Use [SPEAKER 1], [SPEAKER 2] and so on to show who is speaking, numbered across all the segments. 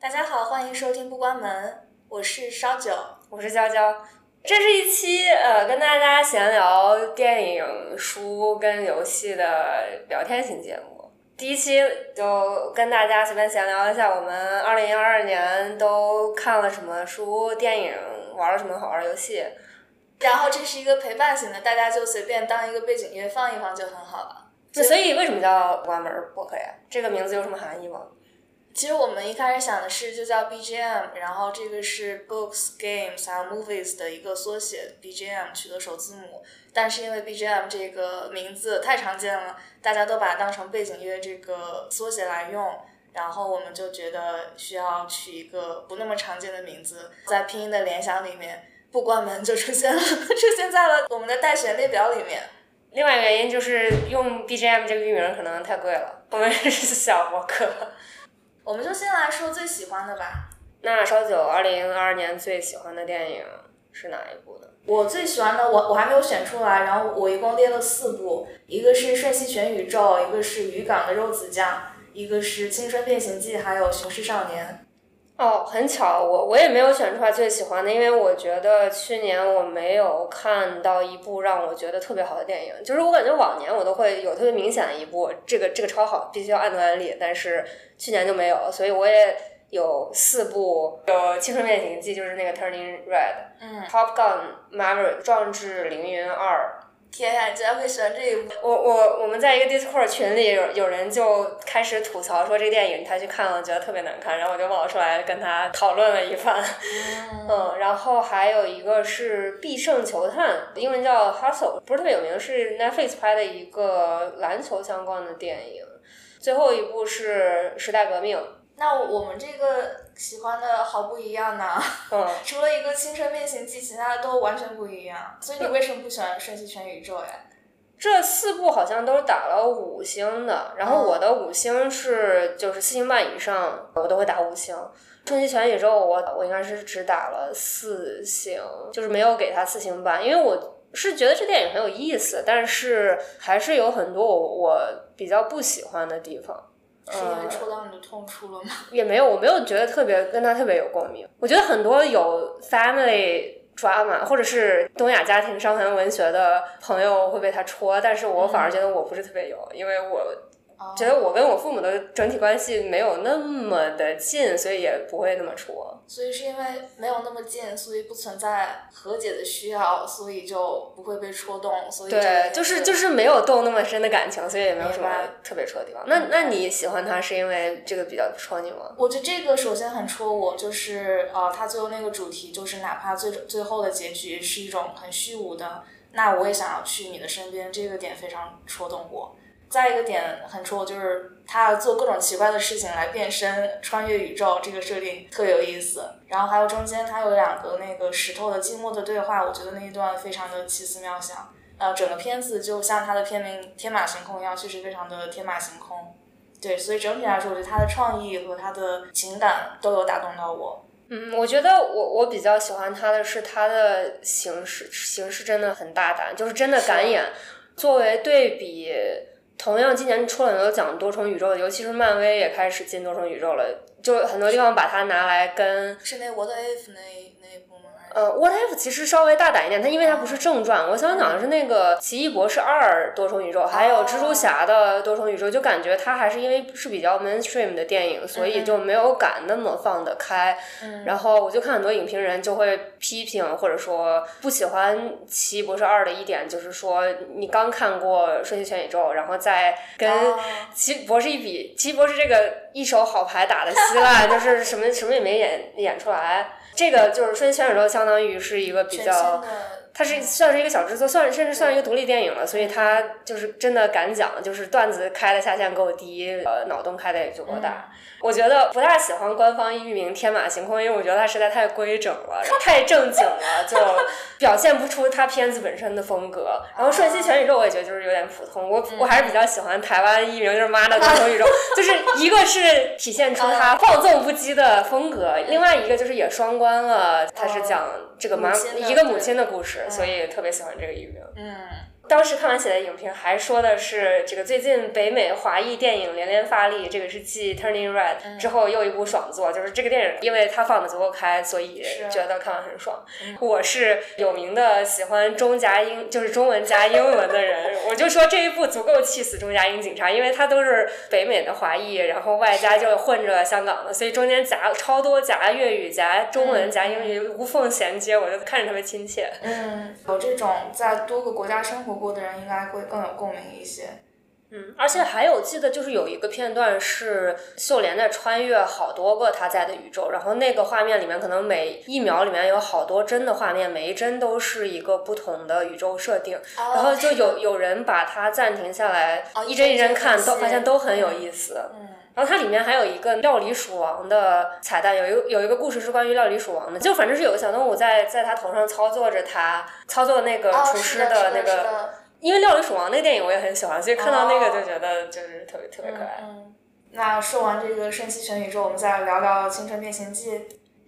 [SPEAKER 1] 大家好，欢迎收听不关门，我是烧酒。
[SPEAKER 2] 我是娇娇。这是一期呃，跟大家闲聊电影、书跟游戏的聊天型节目。第一期就跟大家随便闲聊一下，我们二零二二年都看了什么书、电影，玩了什么好玩的游戏。
[SPEAKER 1] 然后这是一个陪伴型的，大家就随便当一个背景音乐放一放就很好了。
[SPEAKER 2] 那所以为什么叫不关门播客呀？这个名字有什么含义吗？
[SPEAKER 1] 其实我们一开始想的是就叫 BGM，然后这个是 Books、Games 还有 Movies 的一个缩写，BGM 取的首字母。但是因为 BGM 这个名字太常见了，大家都把它当成背景乐这个缩写来用，然后我们就觉得需要取一个不那么常见的名字，在拼音的联想里面，不关门就出现了， 出现在了我们的待选列表里面。
[SPEAKER 2] 另外一个原因就是用 BGM 这个域名可能太贵了，我们是小博客。
[SPEAKER 1] 我们就先来说最喜欢的吧。
[SPEAKER 2] 那烧酒二零二二年最喜欢的电影是哪一部呢？
[SPEAKER 1] 我最喜欢的，我我还没有选出来，然后我一共列了四部，一个是《瞬息全宇宙》，一个是《渔港的肉子酱》，一个是《青春变形记》，还有《雄狮少年
[SPEAKER 2] 哦，很巧，我我也没有选出来最喜欢的，因为我觉得去年我没有看到一部让我觉得特别好的电影，就是我感觉往年我都会有特别明显的一部，这个这个超好，必须要按诺安利，但是去年就没有，所以我也有四部，有《青春变形记》，就是那个 Turning Red，
[SPEAKER 1] 嗯，
[SPEAKER 2] Top Gun Maverick》，《壮志凌云二》，》。
[SPEAKER 1] 天呀，你居然会喜欢这一部！
[SPEAKER 2] 我我我们在一个 Discord 群里有有人就开始吐槽说这电影他去看了觉得特别难看，然后我就冒出来跟他讨论了一番。 嗯，然后还有一个是《必胜球探》，英文叫《Hustle》，不是特别有名，是 Netflix 拍的一个篮球相关的电影。最后一部是《时代革命》，
[SPEAKER 1] 那我们这个喜欢的好不一样呢，
[SPEAKER 2] 嗯，
[SPEAKER 1] 除了一个《青春变形记》，其他的都完全不一样。所以你为什么不喜欢《瞬息全宇宙》 呀？
[SPEAKER 2] 这四部好像都是打了五星的，然后我的五星是就是四星半以上，我都会打五星。春熙全宇宙我我应该是只打了四星，就是没有给他四星半，因为我是觉得这电影很有意思，但是还是有很多我我比较不喜欢的地方。
[SPEAKER 1] 是因为戳到你的痛处了吗？
[SPEAKER 2] 也没有，我没有觉得特别跟他特别有共鸣。我觉得很多有 family drama 或者是东亚家庭伤痕文学的朋友会被他戳，但是我反而觉得我不是特别有，因为我
[SPEAKER 1] 嗯哦
[SPEAKER 2] 觉得我跟我父母的整体关系没有那么的近，所以也不会那么戳。
[SPEAKER 1] 所以是因为没有那么近，所以不存在和解的需要，所以就不会被戳动，所以
[SPEAKER 2] 对，就是就是是没有动那么深的感情，所以也没有什么
[SPEAKER 1] 明白
[SPEAKER 2] 特别戳的地方。那那你喜欢他是因为这个比较戳你吗？
[SPEAKER 1] 我觉得这个首先很戳我，就是呃，他最后那个主题就是哪怕最最后的结局是一种很虚无的，那我也想要去你的身边，这个点非常戳动我。再一个点很戳我就是他做各种奇怪的事情来变身、穿越宇宙，这个设定特有意思。然后还有中间他有两个那个石头的静默的对话，我觉得那一段非常的奇思妙想。呃，整个片子就像它的片名天马行空一样，确实非常的天马行空。对，所以整体来说，我觉得他的创意和他的情感都有打动到我。
[SPEAKER 2] 嗯，我觉得我我比较喜欢他的是他的形式，形式真的很大胆，就是真的敢演。作为对比，同样今年出了很多讲多重宇宙的，尤其是漫威也开始进多重宇宙了，就很多地方把它拿来跟
[SPEAKER 1] 是那 What If 那那一部吗？
[SPEAKER 2] 呃 What If 其实稍微大胆一点，它因为它不是正传，我想讲的是那个《奇异博士二》多重宇宙，还有蜘蛛侠的多重宇宙，就感觉它还是因为是比较 mainstream 的电影，所以就没有敢那么放得开。
[SPEAKER 1] 嗯
[SPEAKER 2] 然后我就看很多影评人就会批评或者说不喜欢《奇异博士二》的一点，就是说你刚看过《瞬息全宇宙》，然后再跟
[SPEAKER 1] 哦
[SPEAKER 2] 奇异博士一比，奇异博士这个一手好牌打的稀烂， 就是什么什么也没演演出来。这个就是《瞬息全宇宙》，相当于是一个比
[SPEAKER 1] 全
[SPEAKER 2] 较
[SPEAKER 1] 新。的，嗯
[SPEAKER 2] 它是算是一个小制作，算甚至算是一个独立电影了，所以它就是真的敢讲，就是段子开的下限够低，呃，脑洞开的也就够大。我觉得不大喜欢官方域名天马行空，因为我觉得它实在太规整了，太正经了，就表现不出它片子本身的风格。然后《瞬息全宇宙》我也觉得就是有点普通，我我还是比较喜欢台湾译名就是“妈的多重宇宙”，就是一个是体现出它放纵不羁的风格，另外一个就是也双关了，它是讲这个妈
[SPEAKER 1] 母亲的
[SPEAKER 2] 一个母亲的故事，
[SPEAKER 1] 嗯
[SPEAKER 2] 所以特别喜欢这个译名。
[SPEAKER 1] 嗯，
[SPEAKER 2] 当时看完写的影评还说的是，这个最近北美华裔电影连连发力，这个是继《Turning Red》之后又一部爽作，就是这个电影因为它放的足够开，所以
[SPEAKER 1] 是
[SPEAKER 2] 觉得看完很爽。我是有名的喜欢中夹英，就是中文加英文的人，我就说这一部足够气死中夹英警察，因为它都是北美的华裔，然后外加就混着香港的，所以中间夹超多夹粤语、夹中文、夹英语，无缝衔接，我就看着特别亲切。
[SPEAKER 1] 嗯，有这种在多个国家生活过的人，应该会更有共鸣一些。
[SPEAKER 2] 嗯，而且还有记得就是有一个片段是秀莲在穿越好多个她在的宇宙，然后那个画面里面可能每一秒里面有好多帧的画面，每一帧都是一个不同的宇宙设定，然后就有有人把它暂停下来，
[SPEAKER 1] 哦
[SPEAKER 2] 一帧一帧看，
[SPEAKER 1] 一帧
[SPEAKER 2] 都
[SPEAKER 1] 一帧
[SPEAKER 2] 发现都很有意思。
[SPEAKER 1] 嗯，
[SPEAKER 2] 然后它里面还有一个料理鼠王的彩蛋，有一个有一个故事是关于料理鼠王的，就反正是有个小动物在在它头上操作着它，操作那个
[SPEAKER 1] 哦，
[SPEAKER 2] 厨
[SPEAKER 1] 是
[SPEAKER 2] 师
[SPEAKER 1] 的，是
[SPEAKER 2] 那
[SPEAKER 1] 是
[SPEAKER 2] 个
[SPEAKER 1] 的
[SPEAKER 2] 因为《料理鼠王》那个电影我也很喜欢，所以看到那
[SPEAKER 1] 哦
[SPEAKER 2] 个就觉得就是特别特别可爱。
[SPEAKER 1] 嗯，那说完这个瞬息全宇宙，我们再聊聊《青春变形记》。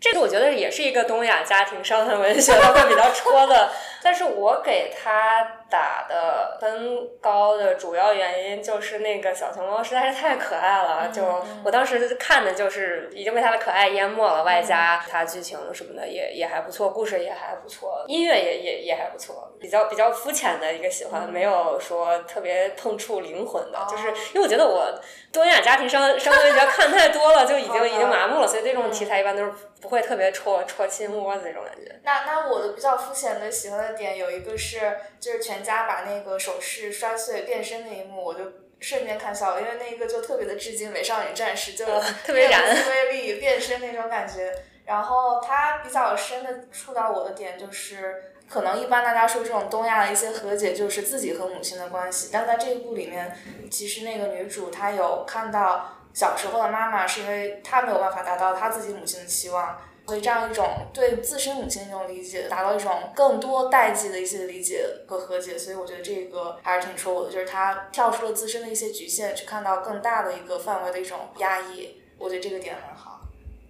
[SPEAKER 2] 这个我觉得也是一个东亚家庭伤痕文学会比较 戳的，但是我给他打的分高的主要原因就是那个小熊猫实在是太可爱了，
[SPEAKER 1] 嗯
[SPEAKER 2] 就我当时看的就是已经被它的可爱淹没了，
[SPEAKER 1] 嗯
[SPEAKER 2] 外加它剧情什么的也也还不错，故事也还不错，音乐也也也还不错，比较比较肤浅的一个喜欢，
[SPEAKER 1] 嗯
[SPEAKER 2] 没有说特别碰触灵魂的，就是
[SPEAKER 1] 哦
[SPEAKER 2] 因为我觉得我东亚家庭伤伤痕文学看太多了，就已
[SPEAKER 1] 嗯
[SPEAKER 2] 经已经麻木了，所以对这种题材一般都是不会特别戳戳心窝子这种感觉。
[SPEAKER 1] 那那我的比较肤浅的喜欢的点有一个是，就是全家把那个首饰摔碎变身那一幕，我就瞬间看笑了，因为那个就特别的致敬《美少女战士》，就
[SPEAKER 2] 哦特别燃
[SPEAKER 1] 面无自威力变身那种感觉。然后它比较深的触到我的点就是，可能一般大家说这种东亚的一些和解就是自己和母亲的关系，但在这一部里面，其实那个女主她有看到小时候的妈妈是因为她没有办法达到她自己母亲的期望，所以这样一种对自身母亲的一种理解，达到一种更多代际的一些理解和和解，所以我觉得这个还是挺戳我的，就是她跳出了自身的一些局限，去看到更大的一个范围的一种压抑，我觉得这个点很好。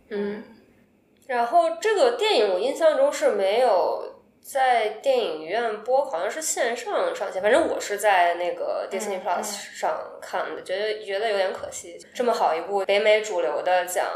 [SPEAKER 2] 嗯，然后这个电影我印象中是没有在电影院播，好像是线上上线，反正我是在那个 Disney
[SPEAKER 1] 嗯
[SPEAKER 2] Plus 上看的，觉得觉得有点可惜，这么好一部北美主流的讲。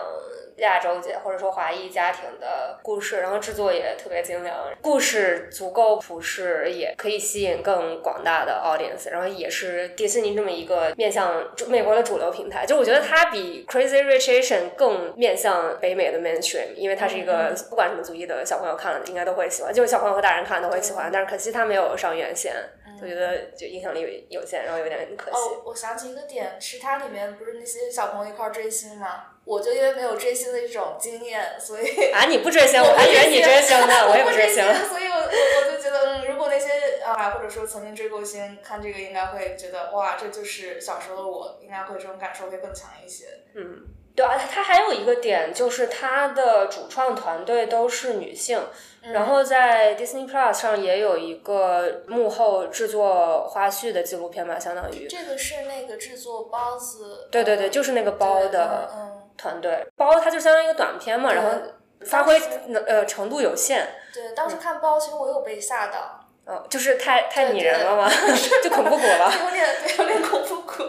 [SPEAKER 2] 亚洲界或者说华裔家庭的故事，然后制作也特别精良，故事足够普世，也可以吸引更广大的 audience，然后也是迪士尼这么一个面向主美国的主流平台。就我觉得它比 Crazy Rich Asian 更面向北美的 mainstream，因为它是一个不管什么族裔的小朋友看了应该都会喜欢，就是小朋友和大人看都会喜欢，但是可惜它没有上院线，我觉得就影响力有有限，然后有点可惜。
[SPEAKER 1] 哦，我想起一个点，是它里面不是那些小朋友一块儿追星嘛？我就因为没有追星的一种经验，所以
[SPEAKER 2] 啊，你不追星，
[SPEAKER 1] 我
[SPEAKER 2] 我还以为你
[SPEAKER 1] 不追
[SPEAKER 2] 追
[SPEAKER 1] 星
[SPEAKER 2] 星呢，我也不追星。
[SPEAKER 1] 所以我我我就觉得，嗯，如果那些啊，或者说曾经追过星，看这个应该会觉得哇，这就是小时候的我，应该会这种感受会更强一些。
[SPEAKER 2] 嗯， 对啊，它还有一个点就是它的主创团队都是女性，然后在 Disney Plus 上也有一个幕后制作花絮的纪录片吧，相当于。
[SPEAKER 1] 这个是那个制作包子，
[SPEAKER 2] 对对对，就是那个包的
[SPEAKER 1] 嗯，
[SPEAKER 2] 团队，包它就相当于一个短片嘛，然后发挥呃程度有限，
[SPEAKER 1] 对，当时看包，其实我有被吓到，
[SPEAKER 2] 嗯、就是太太
[SPEAKER 1] 对
[SPEAKER 2] 拟
[SPEAKER 1] 对
[SPEAKER 2] 人了嘛， 就恐怖谷了。
[SPEAKER 1] 有点有点恐怖谷。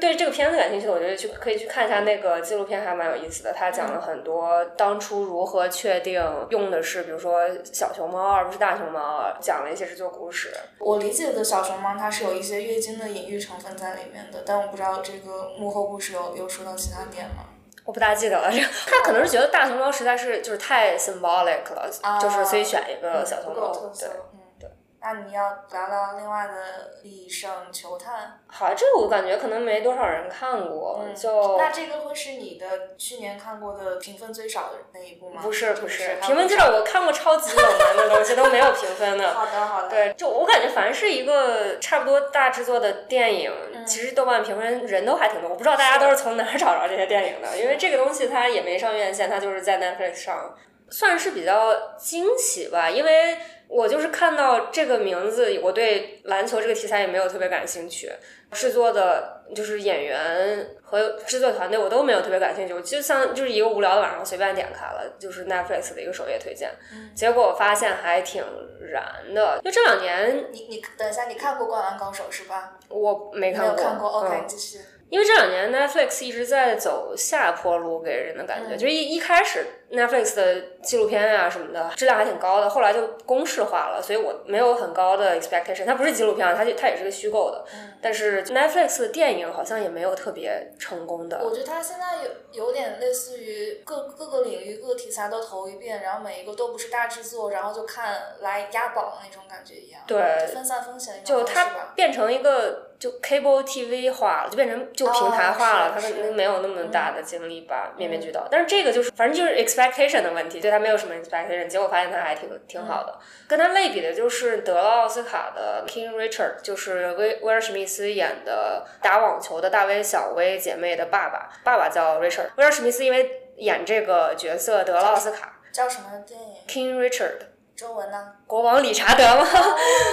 [SPEAKER 2] 对这个片子感兴趣的，我觉得去可以去看一下那个纪录片，还蛮有意思的。他
[SPEAKER 1] 嗯
[SPEAKER 2] 讲了很多当初如何确定用的是，比如说小熊猫而不是大熊猫，讲了一些制作故事。
[SPEAKER 1] 我理解的小熊猫，它是有一些月经的隐喻成分在里面的，但我不知道这个幕后故事有有说到其他点吗？
[SPEAKER 2] 我不大记得 了，这他可能是觉得大熊猫实在是就是太 symbolic 了，
[SPEAKER 1] 啊
[SPEAKER 2] 就是所以选一个呃小熊
[SPEAKER 1] 不够
[SPEAKER 2] 猫。
[SPEAKER 1] 特
[SPEAKER 2] 对
[SPEAKER 1] 色，，嗯，对。那你要聊聊另外的李胜球探，
[SPEAKER 2] 好，这个我感觉可能没多少人看过，就
[SPEAKER 1] 嗯那这个会是你的去年看过的评分最少的那一部吗？
[SPEAKER 2] 不是不
[SPEAKER 1] 还
[SPEAKER 2] 是
[SPEAKER 1] 有
[SPEAKER 2] 评分
[SPEAKER 1] 最
[SPEAKER 2] 至
[SPEAKER 1] 少
[SPEAKER 2] 少我看过超级冷门的东西都没有评分 的。
[SPEAKER 1] 好的好的，
[SPEAKER 2] 对，就我感觉，凡是一个差不多大制作的电影，其实豆瓣评分人都还挺多。我不知道大家都是从哪儿找着这些电影的，因为这个东西它也没上院线，它就是在 Netflix 上。算是比较惊喜吧，因为我就是看到这个名字，我对篮球这个题材也没有特别感兴趣，制作的就是演员和制作团队我都没有特别感兴趣，我就像就是一个无聊的晚上我随便点开了，就是 Netflix 的一个首页推荐，结果我发现还挺燃的，就这两年
[SPEAKER 1] 你你等一下，你看过《灌篮高手》是吧？
[SPEAKER 2] 我没
[SPEAKER 1] 没
[SPEAKER 2] 看
[SPEAKER 1] 有
[SPEAKER 2] 过，
[SPEAKER 1] 看过，OK，、
[SPEAKER 2] 嗯
[SPEAKER 1] 继续。
[SPEAKER 2] 因为这两年 Netflix 一直在走下坡路，给人的
[SPEAKER 1] 嗯
[SPEAKER 2] 感觉、就是一一开始 Netflix 的纪录片啊什么的质量还挺高的，后来就公式化了，所以我没有很高的 expectation。它不是纪录片啊，它就它也是个虚构的，
[SPEAKER 1] 嗯
[SPEAKER 2] 但是 Netflix 的电影好像也没有特别成功的。
[SPEAKER 1] 我觉得他现在有有点类似于各各个领域、各个题材都投一遍，然后每一个都不是大制作，然后就看来押宝那种感觉一样。
[SPEAKER 2] 对
[SPEAKER 1] 就分散风险的一
[SPEAKER 2] 就
[SPEAKER 1] 种方式
[SPEAKER 2] 它
[SPEAKER 1] 吧。
[SPEAKER 2] 变成一个就 cable TV 化了，就变成就平台化了，
[SPEAKER 1] 哦
[SPEAKER 2] 它
[SPEAKER 1] 是
[SPEAKER 2] 可能
[SPEAKER 1] 是嗯
[SPEAKER 2] 没有那么大的精力把面面俱到。但是这个就是反正就是 expectation 的问题，对它没有什么 expectation，结果发现它还挺挺好
[SPEAKER 1] 嗯
[SPEAKER 2] 的。跟它类比的就是得了奥斯卡的 King Richard，就是威威尔史密斯演的打网球的大威小威姐妹的爸爸，爸爸叫 Richard。威尔史密斯因为演这个角色得了奥斯卡
[SPEAKER 1] 叫什么电影？
[SPEAKER 2] ，King Richard
[SPEAKER 1] 中文 呢？
[SPEAKER 2] 国王理查德吗？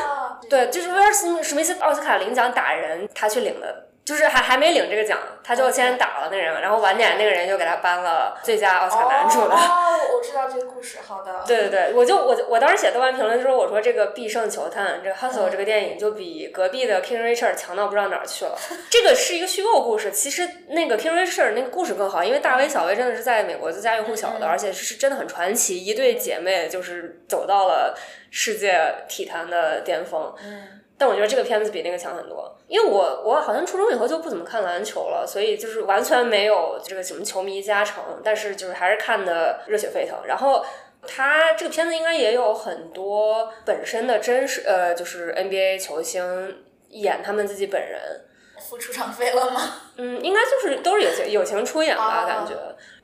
[SPEAKER 1] 啊，
[SPEAKER 2] 对，就是威尔史史密斯奥斯卡领奖打人，他去领的，就是还还没领这个奖，他就先打了那人，然后晚点那个人就给他颁了最佳奥斯卡男主了。
[SPEAKER 1] 哦，哦我知道这个故事。好的。
[SPEAKER 2] 对对对，我就我我当时写豆瓣评论的时候，我说这个《必胜球探》这个《Hustle》这个电影就比隔壁的《King Richard》强到不知道哪儿去了。这个是一个虚构故事，其实那个《King Richard》那个故事更好，因为大威小威真的是在美国家喻户晓的，而且是是真的很传奇，一对姐妹就是走到了世界体坛的巅峰。
[SPEAKER 1] 嗯，
[SPEAKER 2] 但我觉得这个片子比那个强很多，因为我我好像初中以后就不怎么看篮球了，所以就是完全没有这个什么球迷加成，但是就是还是看的热血沸腾。然后他这个片子应该也有很多本身的真实，呃，就是 NBA 球星演他们自己本人，
[SPEAKER 1] 付出场费了吗？
[SPEAKER 2] 嗯，应该就是都是友情友情出演吧，
[SPEAKER 1] 哦
[SPEAKER 2] 感觉。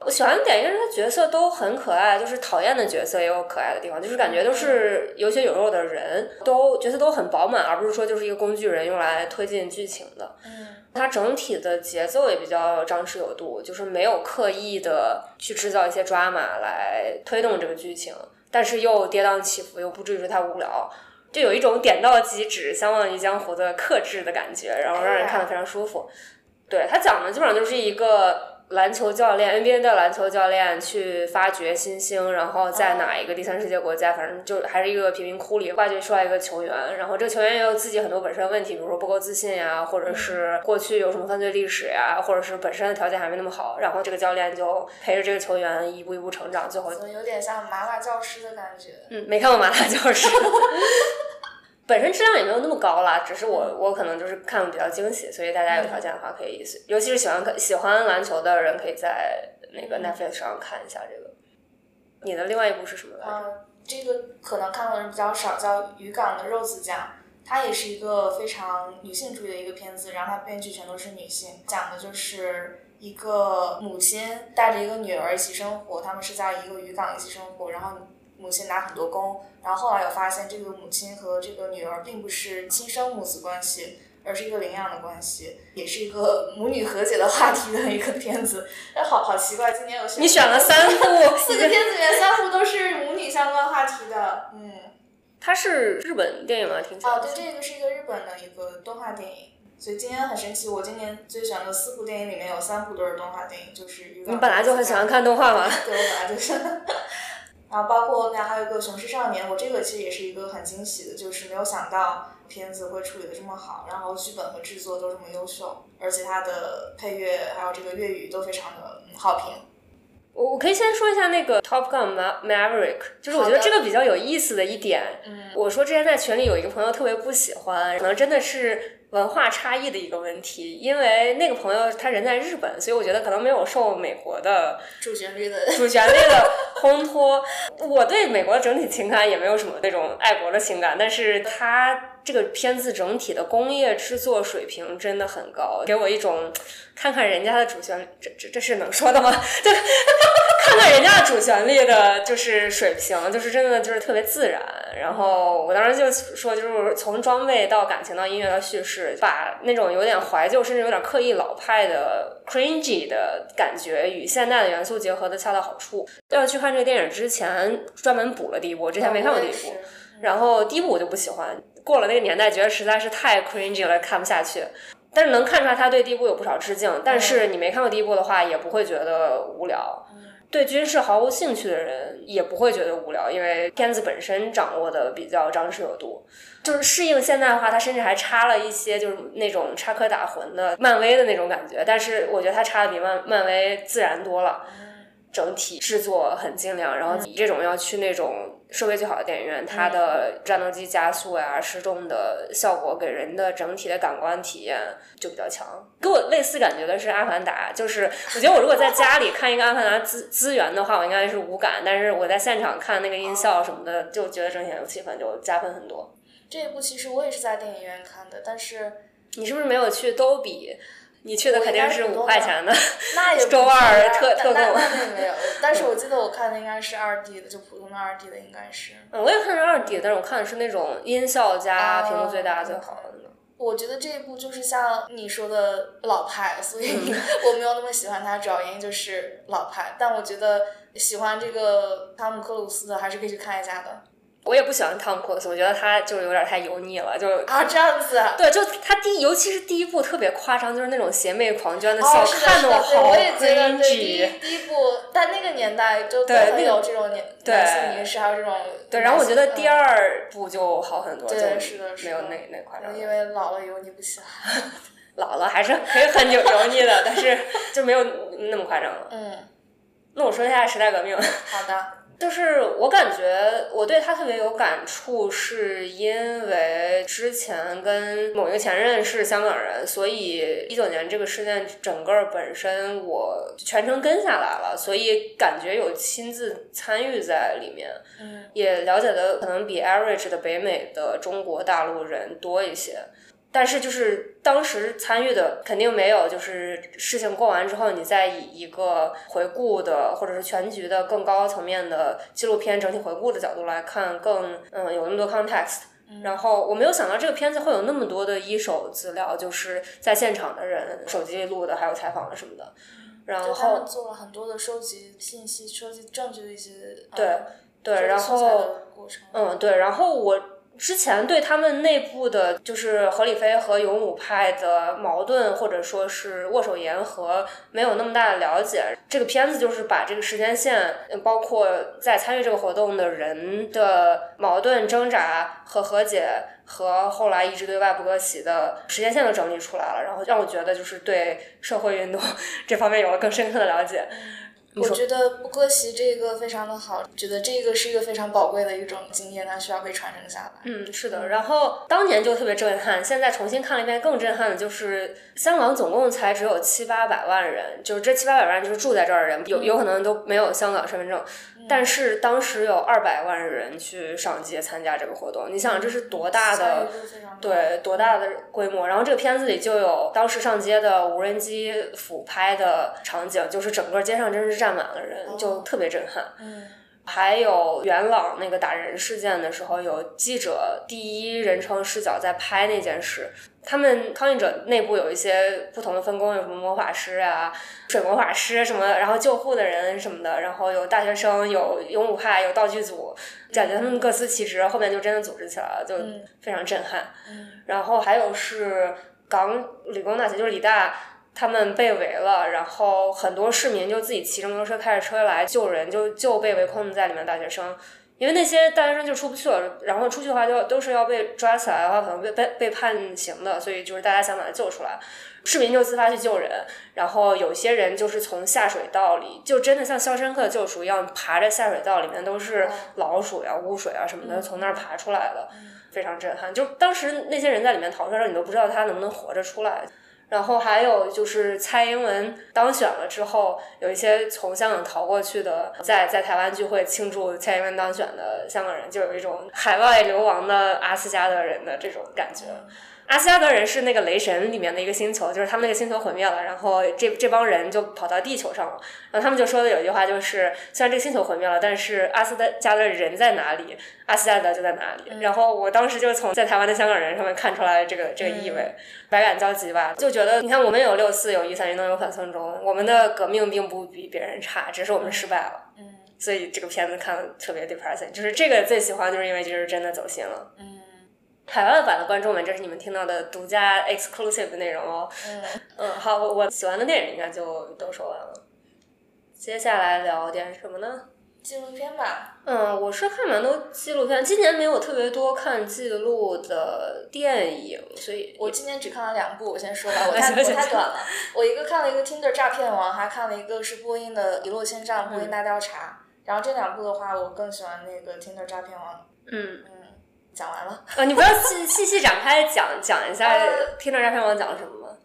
[SPEAKER 2] 我喜欢的点应该是他角色都很可爱，就是讨厌的角色也有可爱的地方，就是感觉都是有血有肉的人，都角色都很饱满，而不是说就是一个工具人用来推进剧情的。
[SPEAKER 1] 嗯，
[SPEAKER 2] 它整体的节奏也比较张弛有度，就是没有刻意的去制造一些 drama 来推动这个剧情，但是又跌宕起伏，又不至于说它无聊，就有一种点到即止、相忘于江湖的克制的感觉，然后让人看得非常舒服。对它讲的基本上就是一个篮球教练，NBA 的篮球教练去发掘新星，然后在哪一个第三世界国家，反正就还是一个贫民窟里挖掘出来一个球员，然后这个球员也有自己很多本身的问题，比如说不够自信呀，或者是过去有什么犯罪历史呀，或者是本身的条件还没那么好，然后这个教练就陪着这个球员一步一步成长，最后
[SPEAKER 1] 怎么有点像麻辣教师的感觉？
[SPEAKER 2] 嗯，没看过《麻辣教师》， 本身质量也没有那么高啦，只是我我可能就是看的比较惊喜，所以大家有条件的话可以，尤其是喜欢看喜欢篮球的人，可以在那个
[SPEAKER 1] 嗯
[SPEAKER 2] Netflix 上看一下这个。你的另外一部是什么来着？
[SPEAKER 1] 嗯，这个可能看过的人比较少，叫《渔港的肉子酱》，它也是一个非常女性主义的一个片子，然后它编剧全都是女性，讲的就是一个母亲带着一个女儿一起生活，他们是在一个渔港一起生活，然后母亲拿很多工，然后后来有发现这个母亲和这个女儿并不是亲生母子关系。而是一个领养的关系，也是一个母女和解的话题的一个片子， 但好好奇怪，今年有
[SPEAKER 2] 你选了三部，
[SPEAKER 1] 四个片子里面三部都是母女相关话题的，嗯，
[SPEAKER 2] 它是日本电影吗？听起来
[SPEAKER 1] 哦，对，这个是一个日本的一个动画电影，所以今年很神奇，我今年最喜欢的四部电影里面有三部都是动画电影，就是《渔港
[SPEAKER 2] 你本来就很喜欢看动画嘛。
[SPEAKER 1] 对，我本来就是。然后包括那还有一个《雄狮少年》，我这个其实也是一个很惊喜的，就是没有想到片子会处理的这么好，然后剧本和制作都这么优秀，而且它的配乐还有这个粤语都非常的好评。
[SPEAKER 2] 我我可以先说一下那个《Top Gun Ma- Maverick》，就是我觉得
[SPEAKER 1] 好的
[SPEAKER 2] 这个比较有意思的一点。
[SPEAKER 1] 嗯
[SPEAKER 2] 我说之前在群里有一个朋友特别不喜欢，可能真的是文化差异的一个问题，因为那个朋友他人在日本，所以我觉得可能没有受美国的
[SPEAKER 1] 主旋律的
[SPEAKER 2] 主旋律的烘托。我对美国整体情感也没有什么那种爱国的情感，但是它这个片子整体的工业制作水平真的很高，给 我一种看看人家的主旋律，这这这是能说的吗？就看看人家的主旋律的，就是水平，就是真的就是特别自然。然后我当时就说，就是从装备到感情到音乐到叙事，把那种有点怀旧甚至有点刻意老派的 cringy 的感觉与现代的元素结合的恰到好处。要去看这个电影之前，专门补了第一部，我之前没看
[SPEAKER 1] 哦
[SPEAKER 2] 过第一部。
[SPEAKER 1] 嗯
[SPEAKER 2] 然后第一部我就不喜欢，过了那个年代，觉得实在是太 cringy 了，看不下去。但是能看出来他对第一部有不少致敬，但是你没看过第一部的话，也不会觉得无聊。对军事毫无兴趣的人也不会觉得无聊，因为片子本身掌握的比较张弛有度，就是适应现代化。它甚至还插了一些就是那种插科打诨的漫威的那种感觉，但是我觉得它插的比漫漫威自然多了。整体制作很精良，然后你这种要去那种设备最好的电影院，它的战斗机加速呀、失重的效果给人的整体的感官体验就比较强。给我类似感觉的是《阿凡达》，就是我觉得我如果在家里看一个《阿凡达》资资源的话，我应该是无感，但是我在现场看那个音效什么的，就觉得整体很有气氛，就加分很多。
[SPEAKER 1] 这一部其实我也是在电影院看的，但是
[SPEAKER 2] 你是不是没有去都比？你去的肯定是五块钱的，
[SPEAKER 1] 那也
[SPEAKER 2] 周二特特
[SPEAKER 1] 啊那
[SPEAKER 2] 供。
[SPEAKER 1] 那没有，但是我记得我看的应该是二 D 的，就普通的二 D 的应该是。
[SPEAKER 2] 嗯，我也看是二 D，但是我看的是那种音效加屏幕最大最好的。
[SPEAKER 1] 我觉得这一部就是像你说的老派，所以
[SPEAKER 2] 嗯
[SPEAKER 1] 我没有那么喜欢它，主要原因就是老派。但我觉得喜欢这个汤姆克鲁斯的还是可以去看一下的。
[SPEAKER 2] 我也不喜欢汤姆克鲁斯，我觉得他就是有点太油腻了，就
[SPEAKER 1] 啊，这样子啊。
[SPEAKER 2] 对，就他第，尤其是第一部特别夸张，就是那种邪魅狂狷的笑，
[SPEAKER 1] 哦，是的，
[SPEAKER 2] 看
[SPEAKER 1] 是
[SPEAKER 2] 得
[SPEAKER 1] 的，对，
[SPEAKER 2] 好
[SPEAKER 1] 我也觉得对第
[SPEAKER 2] cringy
[SPEAKER 1] 一。第一部，但那个年代就都
[SPEAKER 2] 对那
[SPEAKER 1] 会
[SPEAKER 2] 个
[SPEAKER 1] 有这种年
[SPEAKER 2] 对
[SPEAKER 1] 男性凝视，还有这种
[SPEAKER 2] 对，然后我觉得第
[SPEAKER 1] 二。
[SPEAKER 2] 二部就好很多，
[SPEAKER 1] 嗯对
[SPEAKER 2] 就是
[SPEAKER 1] 的是
[SPEAKER 2] 没有
[SPEAKER 1] 的
[SPEAKER 2] 那那夸张
[SPEAKER 1] 嗯。因为老了以后你不喜欢。
[SPEAKER 2] 老了还是 可以很油油腻的，但是就没有那么夸张了。
[SPEAKER 1] 嗯，
[SPEAKER 2] 那我说一下时代革命，
[SPEAKER 1] 好的。
[SPEAKER 2] 就是我感觉我对他特别有感触，是因为之前跟某一个前任是香港人，所以一九年这个事件整个本身我全程跟下来了，所以感觉有亲自参与在里面，
[SPEAKER 1] 嗯
[SPEAKER 2] 也了解的可能比 average 的北美的中国大陆人多一些。但是就是当时参与的肯定没有，就是事情过完之后，你再以一个回顾的或者是全局的更高层面的纪录片整体回顾的角度来看，更嗯有那么多 context。然后我没有想到这个片子会有那么多的一手资料，就是在现场的人手机里录的，还有采访的什么的。然
[SPEAKER 1] 就他
[SPEAKER 2] 后
[SPEAKER 1] 们做了很多的收集信息、收集证据的一些
[SPEAKER 2] 对
[SPEAKER 1] 呃收
[SPEAKER 2] 对，
[SPEAKER 1] 集
[SPEAKER 2] 然
[SPEAKER 1] 素材
[SPEAKER 2] 后
[SPEAKER 1] 的过程
[SPEAKER 2] 嗯，对，然后我之前对他们内部的，就是何李飞和勇武派的矛盾，或者说是握手言和，没有那么大的了解。这个片子就是把这个时间线，嗯包括在参与这个活动的人的矛盾、挣扎和和解，和后来一直对外不割席的时间线都整理出来了，然后让我觉得就是对社会运动 这方面有了更深刻的了解。
[SPEAKER 1] 我觉得不割席这个非常的好，觉得这个是一个非常宝贵的一种经验，它需要被传承下来。
[SPEAKER 2] 嗯，是的。然后当年就特别震撼，现在重新看了一遍，更震撼的就是香港总共才只有七八百万人，就是这七八百万就是住在这儿的人，有有可能都没有香港身份证，
[SPEAKER 1] 嗯
[SPEAKER 2] 但是当时有二百万人去上街参加这个活动，你想这是多大
[SPEAKER 1] 参
[SPEAKER 2] 的
[SPEAKER 1] 与？度非常高
[SPEAKER 2] 对，多大的规模？然后这个片子里就有当时上街的无人机俯拍的场景，就是整个街上真是站满了人，
[SPEAKER 1] 哦
[SPEAKER 2] 就特别震撼。
[SPEAKER 1] 嗯
[SPEAKER 2] 还有元朗那个打人事件的时候，有记者第一人称视角在拍那件事。他们抗议者内部有一些不同的分工，有什么魔法师啊、水魔法师什么，然后救护的人什么的，然后有大学生，有勇武派，有道具组，感觉他们各司其职，后面就真的组织起来了，就
[SPEAKER 1] 嗯
[SPEAKER 2] 非常震撼。
[SPEAKER 1] 嗯
[SPEAKER 2] 然后还有是港理工大学，就是理大，他们被围了，然后很多市民就自己骑着摩托车、开着车来救人，就救被围困在里面的大学生。因为那些大学生就出不去了，然后出去的话就都是要被抓起来的话，可能被被被判刑的，所以就是大家想把他救出来，市民就自发去救人，然后有些人就是从下水道里，就真的像《肖申克的救赎》一样，爬着下水道，里面都是老鼠呀、污水啊什么的，从那儿爬出来的，非常震撼。就当时那些人在里面逃出来的时候，你都不知道他能不能活着出来。然后还有就是蔡英文当选了之后，有一些从香港逃过去的，在在台湾聚会庆祝蔡英文当选的香港人，就有一种海外流亡的阿斯加的人的这种感觉。阿斯加德人是那个雷神里面的一个星球，就是他们那个星球毁灭了，然后这这帮人就跑到地球上了。然后他们就说的有一句话就是，虽然这个星球毁灭了，但是阿斯加德人在哪里，阿斯加德就在哪里。然后我当时就从在台湾的香港人上面看出来这个这个意味，百感交集吧，就觉得你看我们有六四，有一三运动，有反送中，我们的革命并不比别人差，只是我们失败了。
[SPEAKER 1] 嗯
[SPEAKER 2] 所以这个片子看的特别 depressing，就是这个最喜欢，就是因为就是真的走心了。
[SPEAKER 1] 嗯
[SPEAKER 2] 海外版的观众们，这是你们听到的独家 exclusive 内容哦。
[SPEAKER 1] 嗯，
[SPEAKER 2] 嗯，好，我我喜欢的电影应该就都说完了。接下来聊点什么呢？
[SPEAKER 1] 纪录片吧，
[SPEAKER 2] 嗯，我是看蛮多纪录片，今年没有特别多看记录的电影，所以
[SPEAKER 1] 我今年只看了两部，我先说吧，我太
[SPEAKER 2] 行
[SPEAKER 1] 我
[SPEAKER 2] 行行
[SPEAKER 1] 太短了。我一个看了一个 Tinder 诈骗王，还看了一个是播音的《一落千丈》播音大调查。然后这两部的话，我更喜欢那个 Tinder 诈骗王。
[SPEAKER 2] 嗯
[SPEAKER 1] 嗯，讲完了，
[SPEAKER 2] 啊，你不要细细细展开讲讲一下
[SPEAKER 1] 呃
[SPEAKER 2] 《听着诈骗王》讲了什么吗？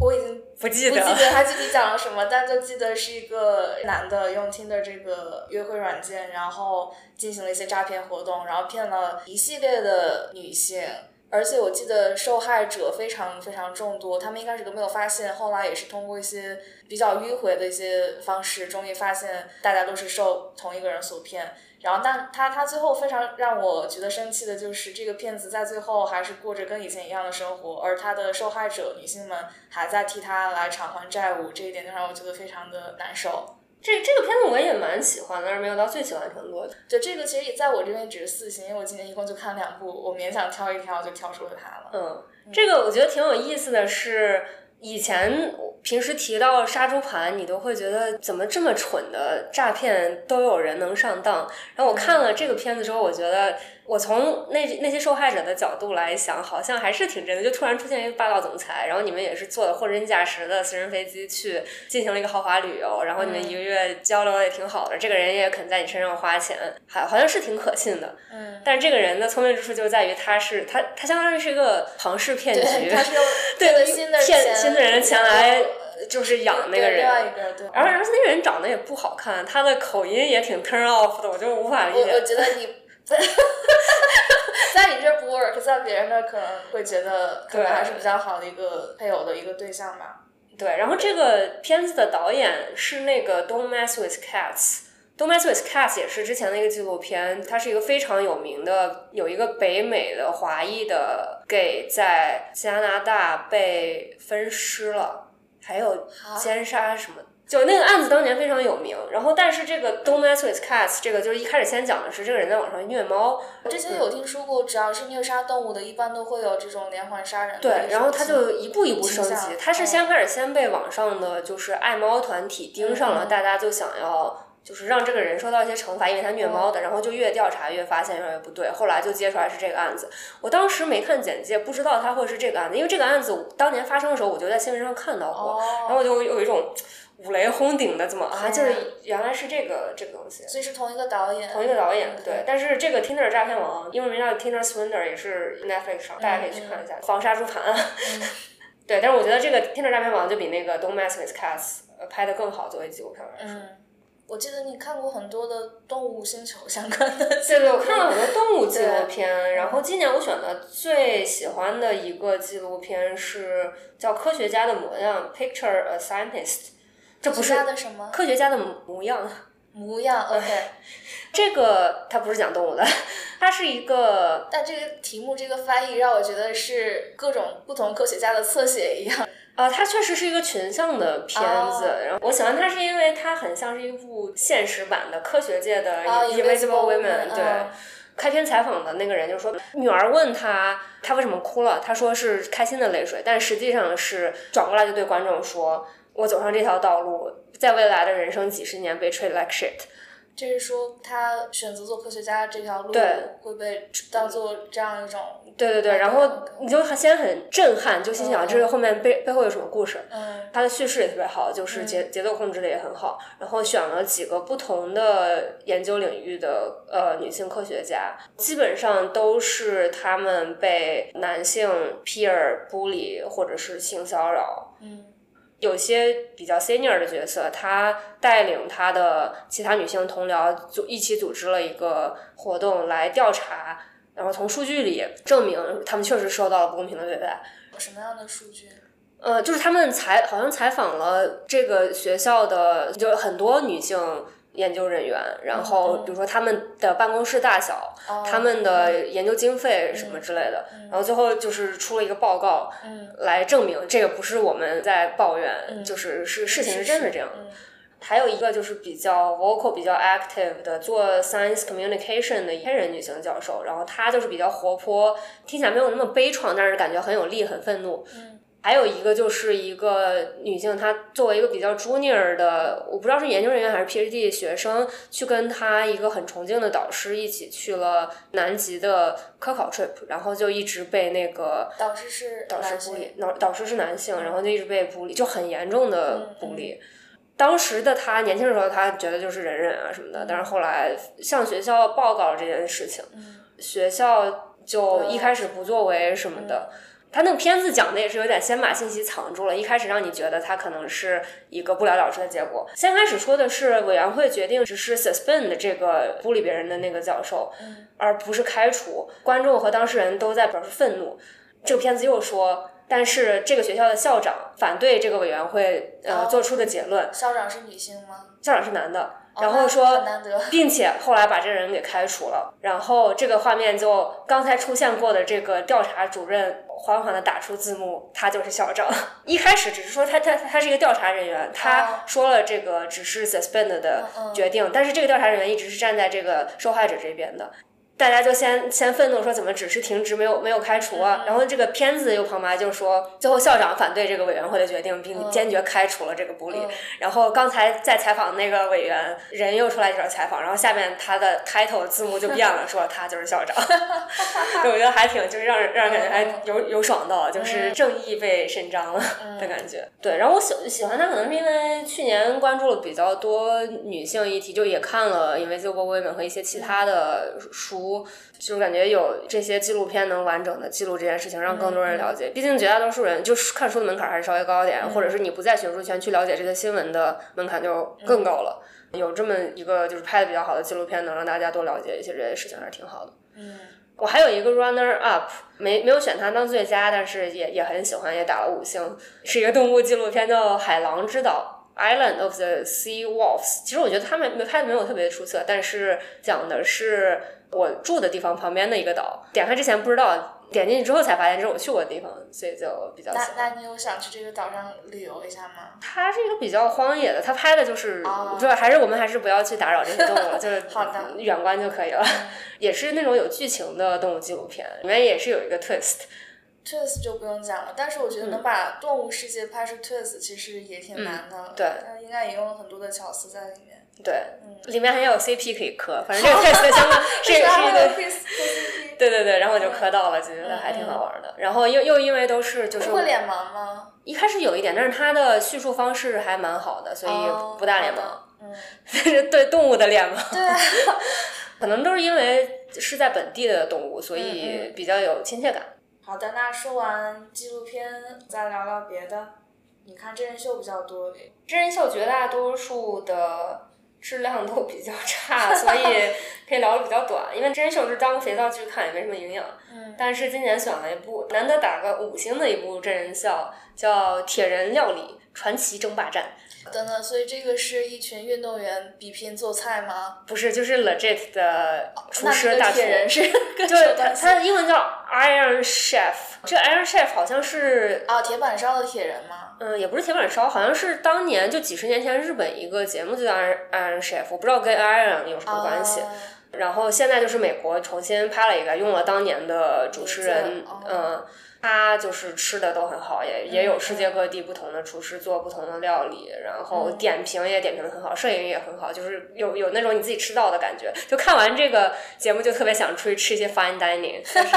[SPEAKER 1] 我已经
[SPEAKER 2] 不记
[SPEAKER 1] 不
[SPEAKER 2] 得。
[SPEAKER 1] 记得他具体讲了什么，但就记得是一个男的用 Tinder 这个约会软件，然后进行了一些诈骗活动，然后骗了一系列的女性。而且我记得受害者非常非常众多，他们一开始都没有发现，后来也是通过一些比较迂回的一些方式，终于发现大家都是受同一个人所骗。然后，但他他最后非常让我觉得生气的就是，这个骗子在最后还是过着跟以前一样的生活，而他的受害者女性们还在替他来偿还债务，这一点就让我觉得非常的难受。
[SPEAKER 2] 这这个片子我也蛮喜欢的，但是没有到最喜欢程度。
[SPEAKER 1] 对，这个其实也在我这边只是四星，因为我今年一共就看两部，我勉强挑一挑就挑出了他了。
[SPEAKER 2] 嗯，这个我觉得挺有意思的是，以前我平时提到杀猪盘，你都会觉得怎么这么蠢的诈骗都有人能上当。然后我看了这个片子之后，我觉得我从那那些受害者的角度来想，好像还是挺真的。就突然出现一个霸道总裁，然后你们也是坐的货真价实的私人飞机去进行了一个豪华旅游，然后你们一个月交流也挺好的，这个人也肯在你身上花钱，好好像是挺可信的。
[SPEAKER 1] 嗯，
[SPEAKER 2] 但是这个人的聪明之处就在于他是他他相当于是一个庞氏骗
[SPEAKER 1] 对，
[SPEAKER 2] 局，
[SPEAKER 1] 他 是用
[SPEAKER 2] 对
[SPEAKER 1] 这个新的
[SPEAKER 2] 骗新的人的钱来
[SPEAKER 1] 呃
[SPEAKER 2] 就是养那个
[SPEAKER 1] 对另外
[SPEAKER 2] 人。
[SPEAKER 1] 一个对，
[SPEAKER 2] 而而且那个人长得也不好看，他的口音也挺 turn off 的，我就无法理
[SPEAKER 1] 我我觉
[SPEAKER 2] 解。
[SPEAKER 1] 得你 在你这儿不 work，在别人那儿可能会觉得可能还是比较好的一个配偶的一个对象吧。
[SPEAKER 2] 对，然后这个片子的导演是那个 Don't Mess with Cats。Don't Mess with Cats 也是之前的一个纪录片，它是一个非常有名的，有一个北美的华裔的 gay 在加拿大被分尸了，还有
[SPEAKER 1] 啊
[SPEAKER 2] 奸杀什么的。就那个案子当年非常有名，然后但是这个 Don't mess with cats 这个就是一开始先讲的是这个人在网上虐猫，
[SPEAKER 1] 我之前有听说过，只要是虐杀动物的，一般都会有这种连环杀人的一种情。
[SPEAKER 2] 对，然后他就一步一步升级
[SPEAKER 1] 倾向，
[SPEAKER 2] 他是
[SPEAKER 1] 嗯
[SPEAKER 2] 先开始先被网上的就是爱猫团体盯上了，
[SPEAKER 1] 嗯
[SPEAKER 2] 大家就想要。就是让这个人受到一些惩罚，因为他虐猫
[SPEAKER 1] 嗯
[SPEAKER 2] 的，然后就越调查越发现越来越不对，后来就揭出来是这个案子。我当时没看简介，不知道他会是这个案子，因为这个案子当年发生的时候，我就在新闻上看到过，
[SPEAKER 1] 哦，
[SPEAKER 2] 然后我就有一种五雷轰顶的，怎么啊？
[SPEAKER 1] 嗯
[SPEAKER 2] 就是原来是这个这个东西。
[SPEAKER 1] 所以是同一个导演，嗯
[SPEAKER 2] 同一个导演，对。但是这个 Tinder 诈骗王，英文名叫 Tinder Swindler，也是 Netflix 上，大家可以去看一下。防杀猪盘啊，对。但是我觉得这个 Tinder 诈骗王就比那个 Don't Mess with Cats 呃拍的更好，作为纪录片来说。
[SPEAKER 1] 嗯，我记得你看过很多的动物星球相关的纪
[SPEAKER 2] 对对，
[SPEAKER 1] 录
[SPEAKER 2] 我
[SPEAKER 1] 片。
[SPEAKER 2] 看了很多动物纪录片，然后今年我选的最喜欢的一个纪录片是叫《科学家的模样》（Picture a Scientist），这不是哎
[SPEAKER 1] 其他的什么
[SPEAKER 2] 科学家的模样。
[SPEAKER 1] 模样？OK，
[SPEAKER 2] 这个它不是讲动物的，它是一个
[SPEAKER 1] 但这个题目这个翻译让我觉得是各种不同科学家的侧写一样。
[SPEAKER 2] 呃，它确实是一个群像的片子。
[SPEAKER 1] 哦
[SPEAKER 2] 然后我喜欢它是因为它很像是一部现实版的科学界的
[SPEAKER 1] 啊
[SPEAKER 2] Invisible Women、
[SPEAKER 1] Women，
[SPEAKER 2] 对。
[SPEAKER 1] 嗯
[SPEAKER 2] 开篇采访的那个人就说，女儿问他他为什么哭了，他说是开心的泪水，但实际上是转过来就对观众说，我走上这条道路，在未来的人生几十年被 treat like shit，
[SPEAKER 1] 这是说他选择做科学家这条路
[SPEAKER 2] 对
[SPEAKER 1] 会被当做这样一种，
[SPEAKER 2] 对对对，然后你就先很震撼，就心想
[SPEAKER 1] 嗯
[SPEAKER 2] 这个后面背背后有什么故事。
[SPEAKER 1] 嗯
[SPEAKER 2] 它的叙事也特别好，就是节节奏控制的也很好，然后选了几个不同的研究领域的呃女性科学家，基本上都是她们被男性 peer bully 或者是性骚扰，
[SPEAKER 1] 嗯
[SPEAKER 2] 有些比较 senior 的角色，她带领她的其他女性同僚组一起组织了一个活动来调查然后从数据里证明他们确实受到了不公平的对待。
[SPEAKER 1] 什么样的数据？
[SPEAKER 2] 呃，就是他们采好像采访了这个学校的，就是很多女性研究人员，然后比如说他们的办公室大小、
[SPEAKER 1] 哦
[SPEAKER 2] 他们的研究经费什么之类的，然后最后就是出了一个报告，
[SPEAKER 1] 嗯
[SPEAKER 2] 来证明这个不是我们在抱怨，就是是事嗯情是嗯真的这样
[SPEAKER 1] 嗯
[SPEAKER 2] 的。还有一个就是比较 vocal、比较 active 的做 science communication 的黑人女性教授，然后她就是比较活泼，听起来没有那么悲怆，但是感觉很有力、很愤怒。
[SPEAKER 1] 嗯。
[SPEAKER 2] 还有一个就是一个女性，她作为一个比较 junior 的，我不知道是研究人员还是 PhD 学生，去跟她一个很崇敬的导师一起去了南极的科考 trip，然后就一直被那个
[SPEAKER 1] 导师是
[SPEAKER 2] 导师
[SPEAKER 1] 男性
[SPEAKER 2] 不理，导导师是男性，然后就一直被不理，就很严重的不理。当时的他年轻的时候，他觉得就是忍忍啊什么的，但是后来向学校报告了这件事情，学校就一开始不作为什么的。他那个片子讲的也是有点先把信息藏住了，一开始让你觉得他可能是一个不了了之的结果。先开始说的是委员会决定只是 suspend 这个不理别人的那个教授，
[SPEAKER 1] 嗯
[SPEAKER 2] 而不是开除。观众和当事人都在表示愤怒。这个片子又说，但是这个学校的校长反对这个委员会呃
[SPEAKER 1] 哦
[SPEAKER 2] 做出的结论，
[SPEAKER 1] 校长是女性吗？
[SPEAKER 2] 校长是男的，然
[SPEAKER 1] 哦那
[SPEAKER 2] 后说
[SPEAKER 1] 很难得
[SPEAKER 2] 并且后来把这人给开除了。然后这个画面就刚才出现过的这个调查主任缓缓的打出字幕，他就是校长。 一开始只是说他他他是一个调查人员，他说了这个只是 suspend 的决定，但是这个调查人员一直是站在这个受害者这边的。大家就先先愤怒说怎么只是停职没有没有开除啊？然后这个片子又旁白就说，最后校长反对这个委员会的决定，并坚决开除了这个不
[SPEAKER 1] 嗯
[SPEAKER 2] 理。然后刚才在采访那个委员人又出来一段采访，然后下面他的 title 字幕就变了，说他就是校长。 对，我觉得还挺就是让人让人感觉还有有爽到，就是正义被伸张了的感觉。对，然后我喜喜欢他可能是因为去年关注了比较多女性议题，就也看了《Invisible Women》和一些其他的书，就感觉有这些纪录片能完整的记录这件事情，让更多人了解。毕竟绝大多数人就是看书的门槛还是稍微高一点，或者是你不在学术圈去了解这些新闻的门槛就更高了。有这么一个就是拍的比较好的纪录片，能让大家多了解一些这些事情，还是挺好的。
[SPEAKER 1] 嗯
[SPEAKER 2] 我还有一个 runner up，没没有选它当最佳，但是也也很喜欢，也打了五星，是一个动物纪录片，叫《海狼之岛》（Island of the Sea Wolves）。其实我觉得他们没拍的没有特别出色，但是讲的是我住的地方旁边的一个岛。点开之前不知道，点进去之后才发现这是我去过的地方，所以就比较喜
[SPEAKER 1] 那
[SPEAKER 2] 欢。
[SPEAKER 1] 那你有想去这个岛上旅游一下吗？
[SPEAKER 2] 它是一个比较荒野的，它拍的就是，
[SPEAKER 1] 哦
[SPEAKER 2] 对，还是我们还是不要去打扰这些动物了，就是
[SPEAKER 1] 好的
[SPEAKER 2] 远观就可以了。 也是那种有剧情的动物纪录片，里面也是有一个 twist。
[SPEAKER 1] Twist 就不用讲了，但是我
[SPEAKER 2] 嗯
[SPEAKER 1] 觉得能把动物世界拍出 Twist 其实也挺难的，
[SPEAKER 2] 对
[SPEAKER 1] 但应该也用了很多的巧思在里面。
[SPEAKER 2] 对，里面还有 CP 可以磕，反正 这个 test 相关是
[SPEAKER 1] 嗯是啊，
[SPEAKER 2] 是一
[SPEAKER 1] 那
[SPEAKER 2] 个
[SPEAKER 1] 个 Twist Twist
[SPEAKER 2] 对对对，然后我就磕到了，就觉得还挺好玩的。然后又又因为都是就是
[SPEAKER 1] 会脸盲吗？
[SPEAKER 2] 一开始有一点，但是它的叙述方式还蛮好的，所
[SPEAKER 1] 哦
[SPEAKER 2] 以不大脸
[SPEAKER 1] 好
[SPEAKER 2] 盲
[SPEAKER 1] 的，嗯，
[SPEAKER 2] 但是 对动物的脸盲，
[SPEAKER 1] 对啊，
[SPEAKER 2] 可能都是因为是在本地的动物，所
[SPEAKER 1] 嗯
[SPEAKER 2] 以比较有亲切感。
[SPEAKER 1] 好的，那说完纪录片，再聊聊别的。你看真人秀比较多，
[SPEAKER 2] 真人秀绝大多数的质量都比较差，所以 可以聊的比较短。因为真人秀是当肥皂剧看，也没什么营养。
[SPEAKER 1] 嗯，
[SPEAKER 2] 但是今年选了一部难得打个五星的一部真人秀，叫《铁人料理传奇争霸战
[SPEAKER 1] 等等，所以这个是一群运动员比拼做菜吗》，？
[SPEAKER 2] 不是就是 legit 的
[SPEAKER 1] 哦
[SPEAKER 2] 厨
[SPEAKER 1] 那
[SPEAKER 2] 师
[SPEAKER 1] 这
[SPEAKER 2] 大
[SPEAKER 1] 个
[SPEAKER 2] 厨
[SPEAKER 1] 铁。 人是 跟什
[SPEAKER 2] 对，
[SPEAKER 1] 么
[SPEAKER 2] 它
[SPEAKER 1] 关系？
[SPEAKER 2] 它的英文叫 Iron Chef，这 Iron Chef 好像是，
[SPEAKER 1] 啊，铁板烧的铁人吗？
[SPEAKER 2] 嗯、也不是铁板烧，好像是当年就几十年前日本一个节目就叫 Iron Iron Chef，我不知道跟 Iron 有什么关系。
[SPEAKER 1] 啊
[SPEAKER 2] 然后现在就是美国重新拍了一个，用了当年的主持
[SPEAKER 1] 名
[SPEAKER 2] 人
[SPEAKER 1] 字哦，
[SPEAKER 2] 嗯，他就是吃的都很好，也也有世界各地不同的厨师做不同的料理，然后点评也点评的很好，摄影也很好，就是有有那种你自己吃到的感觉。就看完这个节目，就特别想出去吃一些 fine dining，就是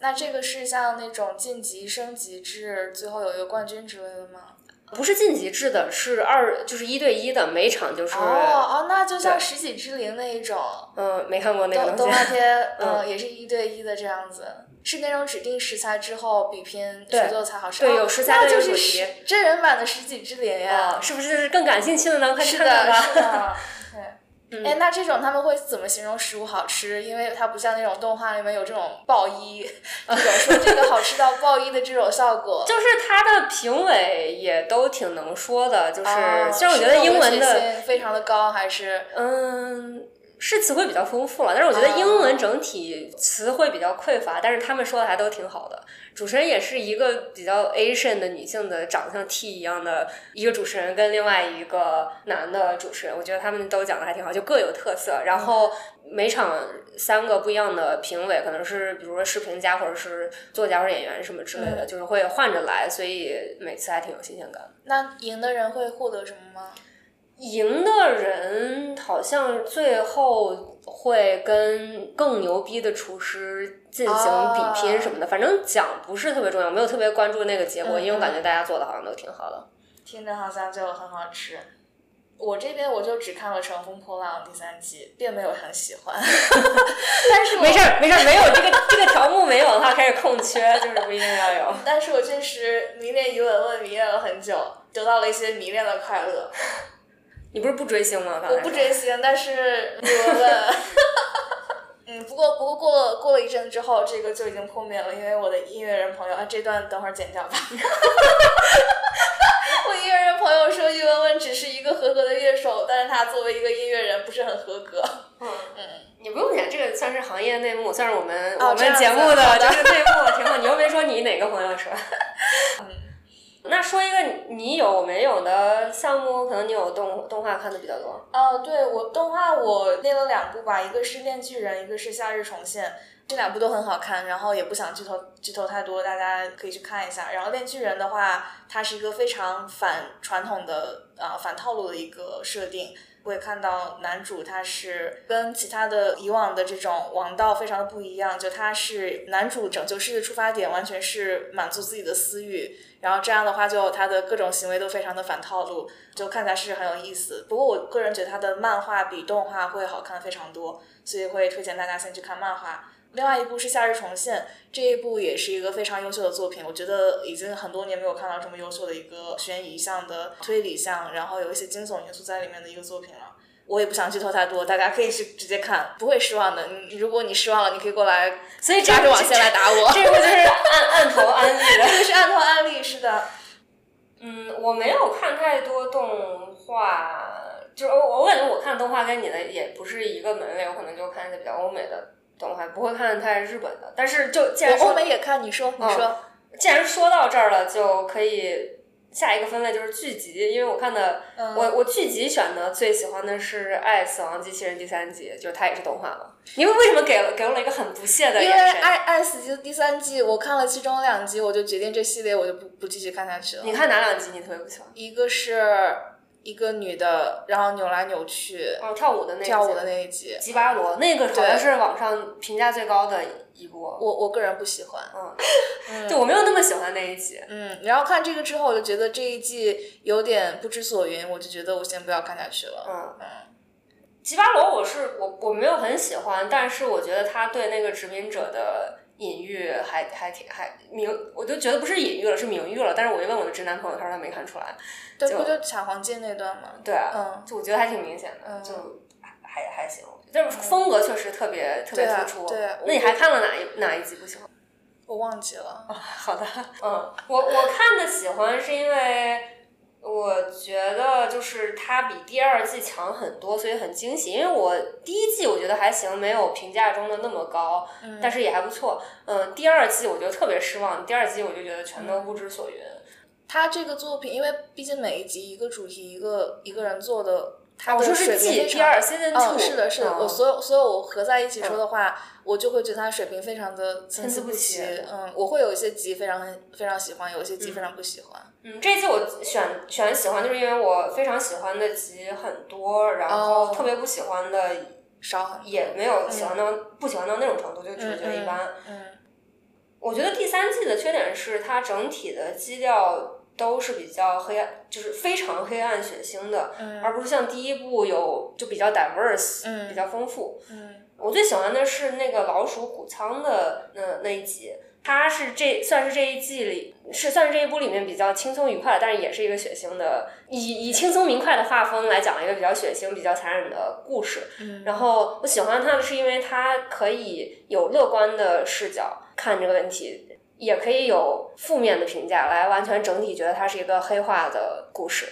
[SPEAKER 1] 那这个是像那种晋级升级制，最后有一个冠军之类的吗？
[SPEAKER 2] 不是晋级制的，是二就是一对一的，每场就是，
[SPEAKER 1] 哦哦，那就像十几之灵那一种，
[SPEAKER 2] 嗯，没看过那
[SPEAKER 1] 动
[SPEAKER 2] 个
[SPEAKER 1] 动
[SPEAKER 2] 东
[SPEAKER 1] 画
[SPEAKER 2] 西。
[SPEAKER 1] 片，嗯，也是一对一的这样子，是那种指定食材之后比拼谁做菜好吃。
[SPEAKER 2] 对
[SPEAKER 1] 哦
[SPEAKER 2] 有食材
[SPEAKER 1] 那
[SPEAKER 2] 对
[SPEAKER 1] 就
[SPEAKER 2] 有
[SPEAKER 1] 是
[SPEAKER 2] 主
[SPEAKER 1] 十
[SPEAKER 2] 题哦
[SPEAKER 1] 真人版的十几之灵呀。
[SPEAKER 2] 啊，是不是就是更感兴趣的呢？快去嗯
[SPEAKER 1] 是
[SPEAKER 2] 看看
[SPEAKER 1] 的，
[SPEAKER 2] 吧。
[SPEAKER 1] 是的，对，哎，那这种他们会怎么形容食物好吃？因为它不像那种动画里面有这种爆衣， 这种说这个好吃到爆衣的这种效果。
[SPEAKER 2] 就是他的评委也都挺能说的，哦就是
[SPEAKER 1] 啊
[SPEAKER 2] 虽然我觉得
[SPEAKER 1] 是
[SPEAKER 2] 英文
[SPEAKER 1] 文
[SPEAKER 2] 的
[SPEAKER 1] 学性非常的高，还是
[SPEAKER 2] 嗯，是词汇比较丰富了，但是我觉得英文整体词汇比较匮乏，但是他们说的还都挺好的。主持人也是一个比较 Asian 的女性的，长得像 T 一样的一个主持人，跟另外一个男的主持人，我觉得他们都讲的还挺好，就各有特色。然后每场三个不一样的评委，可能是比如说视频家或者是作家或者演员什么之类的，就是会换着来，所以每次还挺有新鲜感的。
[SPEAKER 1] 那赢的人会获得什么吗？
[SPEAKER 2] 赢的人好像最后会跟更牛逼的厨师进行比拼什么的，反正奖不是特别重要，没有特别关注那个结果，
[SPEAKER 1] 啊嗯
[SPEAKER 2] 因为我感觉大家做的好像都挺好的。
[SPEAKER 1] 听着好像就很好吃。我这边我就只看了《乘风破浪》第三季，并没有很喜欢， 但是我
[SPEAKER 2] 没事儿，没事儿，没有这个这个条目没有的话开始空缺，就是不一定要有。
[SPEAKER 1] 但是我确实迷恋余文乐，迷恋了很久，得到了一些迷恋的快乐。
[SPEAKER 2] 你不是不追星吗？刚才
[SPEAKER 1] 我不追星，但是余文乐，嗯，不过不过过了过了一阵子之后，这个就已经破灭了，因为我的音乐人朋友啊，这段等会儿剪掉吧。 我音乐人朋友说，余文乐只是一个合格的乐手，但是他作为一个音乐人不是很合格。
[SPEAKER 2] 你不用演，这个算是行业内幕，算是我们、
[SPEAKER 1] 哦
[SPEAKER 2] 我
[SPEAKER 1] 这样
[SPEAKER 2] 们
[SPEAKER 1] 子
[SPEAKER 2] 节目
[SPEAKER 1] 好
[SPEAKER 2] 的
[SPEAKER 1] 的
[SPEAKER 2] 就是内幕，挺好。你又没说你哪个朋 友是吧？那说一个你有我没有的项目，可能你有动动画看的比较多。
[SPEAKER 1] 呃，对我动画我列了两部吧，一个是《电锯人》，一个是《夏日重现》，这两部都很好看，然后也不想剧透剧透太多，大家可以去看一下。然后《电锯人》的话，它是一个非常反传统的呃反套路的一个设定。会看到男主他是跟其他的以往的这种王道非常的不一样，就他是男主拯救世界的出发点完全是满足自己的私欲，然后这样的话就他的各种行为都非常的反套路，就看起来是很有意思。不过我个人觉得他的漫画比动画会好看非常多，所以会推荐大家先去看漫画。另外一部是《夏日重现》，这一部也是一个非常优秀的作品，我觉得已经很多年没有看到这么优秀的一个悬疑向的、推理向，然后有一些惊悚元素在里面的一个作品了。我也不想剧透太多，大家可以去直接看，不会失望的。你如果你失望了，你可以过来
[SPEAKER 2] 所以这
[SPEAKER 1] 抓着网线来打我。
[SPEAKER 2] 这这个就是按按头安利的。
[SPEAKER 1] 这个是按头案例，是的。
[SPEAKER 2] 嗯，我没有看太多动画，就是我我感觉我看动画跟你的也不是一个门类，我可能就看一些比较欧美的动画，不会看太日本的。但是就既然
[SPEAKER 1] 我
[SPEAKER 2] 说
[SPEAKER 1] 欧美也看，你说，你说。
[SPEAKER 2] 既然说到这儿了，就可以下一个分类就是剧集，因为我看的、
[SPEAKER 1] 嗯
[SPEAKER 2] 我我剧集选的最喜欢的是《爱死亡机器人》第三集，就是它也是动画嘛。你们为什么给了给了我一个很不屑的
[SPEAKER 1] 因为
[SPEAKER 2] 眼
[SPEAKER 1] 《
[SPEAKER 2] 神？
[SPEAKER 1] 爱爱死机》第三季，我看了其中两集，我就决定这系列我就不不继续看下去了
[SPEAKER 2] 你。看哪两集你特别不喜欢？
[SPEAKER 1] 一个是一个女的，然后扭来扭去
[SPEAKER 2] 哦，跳舞的那一集
[SPEAKER 1] 跳舞的那一集，
[SPEAKER 2] 吉巴罗，那个好像是网上评价最高的一部。
[SPEAKER 1] 我我个人不喜欢。
[SPEAKER 2] 嗯，就我没有那么喜欢那一集。
[SPEAKER 1] 嗯，然后看这个之后，我就觉得这一季有点不知所云，我就觉得我先不要看下去了。
[SPEAKER 2] 嗯
[SPEAKER 1] 嗯
[SPEAKER 2] 吉巴罗我是我我没有很喜欢，但是我觉得他对那个殖民者的隐喻还还挺还明，我就觉得不是隐喻了，是明喻了。但是我一问我的直男朋友，他说他没看出来。
[SPEAKER 1] 对，不就抢黄金那段吗？
[SPEAKER 2] 对啊，
[SPEAKER 1] 嗯
[SPEAKER 2] 就我觉得还挺明显的，
[SPEAKER 1] 嗯
[SPEAKER 2] 就还还还行。但是风格确实特别、特别
[SPEAKER 1] 对啊
[SPEAKER 2] 突出。
[SPEAKER 1] 对啊
[SPEAKER 2] 那你还看了哪一哪一集不喜欢？
[SPEAKER 1] 我忘记了。
[SPEAKER 2] 好的，嗯，我我看的喜欢是因为我觉得就是它比第二季强很多，所以很惊喜。因为我第一季我觉得还行，没有评价中的那么高，但是也还不错。嗯，第二季我就特别失望，第二季我就觉得
[SPEAKER 1] 嗯
[SPEAKER 2] 全都不知所云。
[SPEAKER 1] 他这个作品，因为毕竟每一集一个主题，一个一个人做的，他
[SPEAKER 2] 哦我
[SPEAKER 1] 的
[SPEAKER 2] 说
[SPEAKER 1] 哦水
[SPEAKER 2] 是
[SPEAKER 1] 平
[SPEAKER 2] 季
[SPEAKER 1] 非
[SPEAKER 2] 第
[SPEAKER 1] 常
[SPEAKER 2] 二 season
[SPEAKER 1] 哦，
[SPEAKER 2] two，
[SPEAKER 1] 是的，是的，
[SPEAKER 2] 嗯
[SPEAKER 1] 我所有所有我合在一起说的话，我就会觉得他水平非常的参差
[SPEAKER 2] 参差不
[SPEAKER 1] 齐。
[SPEAKER 2] 齐
[SPEAKER 1] 嗯，我会有一些集非常非常喜欢，有一些集非常不喜欢。
[SPEAKER 2] 嗯，这一季我选选喜欢，就是因为我非常喜欢的集很多，然后
[SPEAKER 1] 哦
[SPEAKER 2] 特别不喜欢的
[SPEAKER 1] 少很多。
[SPEAKER 2] 也没有喜欢到、不喜欢到那种程度，就只是觉得一般。
[SPEAKER 1] 嗯
[SPEAKER 2] 我觉得第三季的缺点是它整体的基调都是比较黑暗，就是非常黑暗血腥的，而不是像第一部有就比较 diverse，、
[SPEAKER 1] 嗯
[SPEAKER 2] 比较丰富。
[SPEAKER 1] 嗯
[SPEAKER 2] 我最喜欢的是那个老鼠谷仓的那那一集，它是这算是这一季里是算是这一部里面比较轻松愉快的，但是也是一个血腥的，以以轻松明快的画风来讲一个比较血腥、比较残忍的故事。
[SPEAKER 1] 嗯
[SPEAKER 2] 然后我喜欢它的是因为它可以有乐观的视角看这个问题，也可以有负面的评价来完全整体觉得它是一个黑化的故事。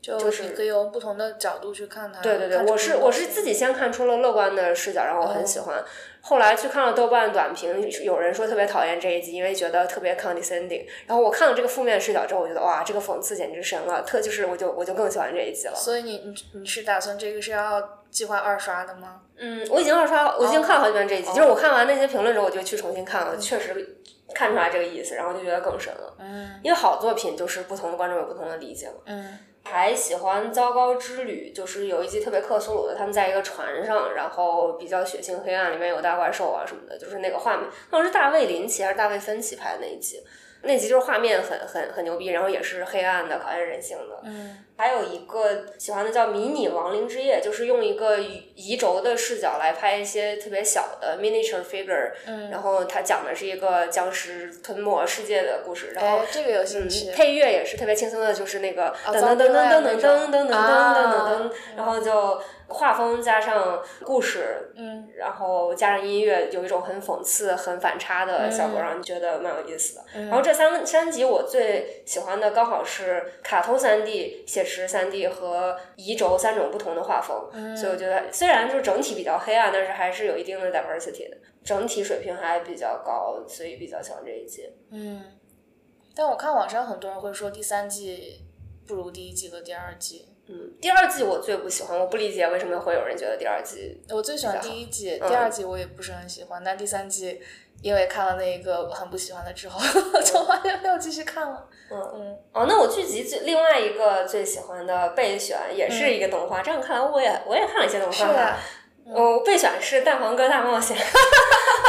[SPEAKER 1] 就
[SPEAKER 2] 就是
[SPEAKER 1] 你可以用不同的角度去看它。
[SPEAKER 2] 对对对，
[SPEAKER 1] 看
[SPEAKER 2] 我
[SPEAKER 1] 这
[SPEAKER 2] 是
[SPEAKER 1] 个
[SPEAKER 2] 我
[SPEAKER 1] 东
[SPEAKER 2] 是
[SPEAKER 1] 西
[SPEAKER 2] 自己先看出了乐观的视角，然后我
[SPEAKER 1] 嗯
[SPEAKER 2] 很喜欢。后来去看了豆瓣短评，有人说特别讨厌这一集，因为觉得特别 condescending。然后我看了这个负面视角之后，我觉得哇，这个讽刺简直神了，特就是我就我就更喜欢这一集了。
[SPEAKER 1] 所以你你你是打算这个是要计划二刷的吗？
[SPEAKER 2] 嗯，我已经二刷，我已经看了好几遍这一集，
[SPEAKER 1] 哦
[SPEAKER 2] 就是我看完那些评论之后，我就去重新看了，确实看出来这个意思，然后就觉得更神了。
[SPEAKER 1] 嗯
[SPEAKER 2] 因为好作品就是不同的观众有不同的理解嘛。
[SPEAKER 1] 嗯
[SPEAKER 2] 还喜欢《糟糕之旅》，就是有一集特别克苏鲁的，他们在一个船上，然后比较血腥黑暗，里面有大怪兽啊什么的，就是那个画面，好像是大卫林奇还是大卫芬奇拍的那一集， 那集就是画面很很很牛逼，然后也是黑暗的，考验人性的。
[SPEAKER 1] 嗯
[SPEAKER 2] 还有一个喜欢的叫《迷你亡灵之夜》，就是用一个移轴的视角来拍一些特别小的 miniature figure，
[SPEAKER 1] 嗯。
[SPEAKER 2] 然后它讲的是一个僵尸吞没世界的故事，然后
[SPEAKER 1] 哎，这个有兴
[SPEAKER 2] 嗯
[SPEAKER 1] 趣，。
[SPEAKER 2] 配乐也是特别轻松的，就是那个
[SPEAKER 1] 哦
[SPEAKER 2] 噔
[SPEAKER 1] 糟
[SPEAKER 2] 噔噔
[SPEAKER 1] 糕呀
[SPEAKER 2] 噔
[SPEAKER 1] 那
[SPEAKER 2] 噔噔
[SPEAKER 1] 种
[SPEAKER 2] 噔噔噔噔
[SPEAKER 1] 啊
[SPEAKER 2] 噔，然后就画风加上故事，
[SPEAKER 1] 嗯
[SPEAKER 2] 然后加上音乐，有一种很讽刺、很反差的效果，
[SPEAKER 1] 嗯
[SPEAKER 2] 让你觉得蛮有意思的。
[SPEAKER 1] 嗯
[SPEAKER 2] 然后这三三集我最喜欢的刚好是卡通三 D、写实三 D 和移轴三种不同的画风，
[SPEAKER 1] 嗯
[SPEAKER 2] 所以我觉得虽然就整体比较黑暗，但是还是有一定的 diversity 的，整体水平还比较高，所以比较喜欢这一集。
[SPEAKER 1] 嗯，但我看网上很多人会说第三季不如第一季和第二季。
[SPEAKER 2] 嗯，第二季我最不喜欢，我不理解为什么会有人觉得第二季，
[SPEAKER 1] 我最喜欢第一季，
[SPEAKER 2] 嗯
[SPEAKER 1] 第二季我也不是很喜欢，但第三季因为看了那个很不喜欢的之后， 就完全没有继续看了。
[SPEAKER 2] 嗯，
[SPEAKER 1] 嗯，
[SPEAKER 2] 哦，那我剧集最另外一个最喜欢的备选也是一个动画，这样看来我也我也看了一些动画，
[SPEAKER 1] 嗯是 啊，
[SPEAKER 2] 哦，备选是《蛋黄哥大冒险》，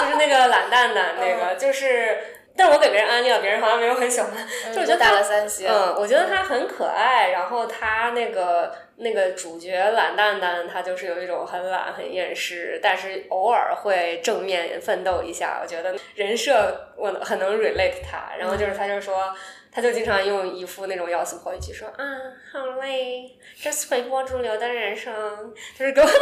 [SPEAKER 2] 就是那个懒蛋蛋那
[SPEAKER 1] 嗯
[SPEAKER 2] 个，就是。但我给别人安利了，别人好像没有很喜欢。就我觉得
[SPEAKER 1] 就打
[SPEAKER 2] 它
[SPEAKER 1] 了三星。
[SPEAKER 2] 嗯，我觉得他很可爱，然后他那个那个主角懒蛋蛋，他就是有一种很懒、很厌世，但是偶尔会正面奋斗一下。我觉得人设我很能 relate 他，然后就是他就说。他就经常用一副那种要死不活语气说啊，好累，这是随波逐流的人生， 就是给我那种，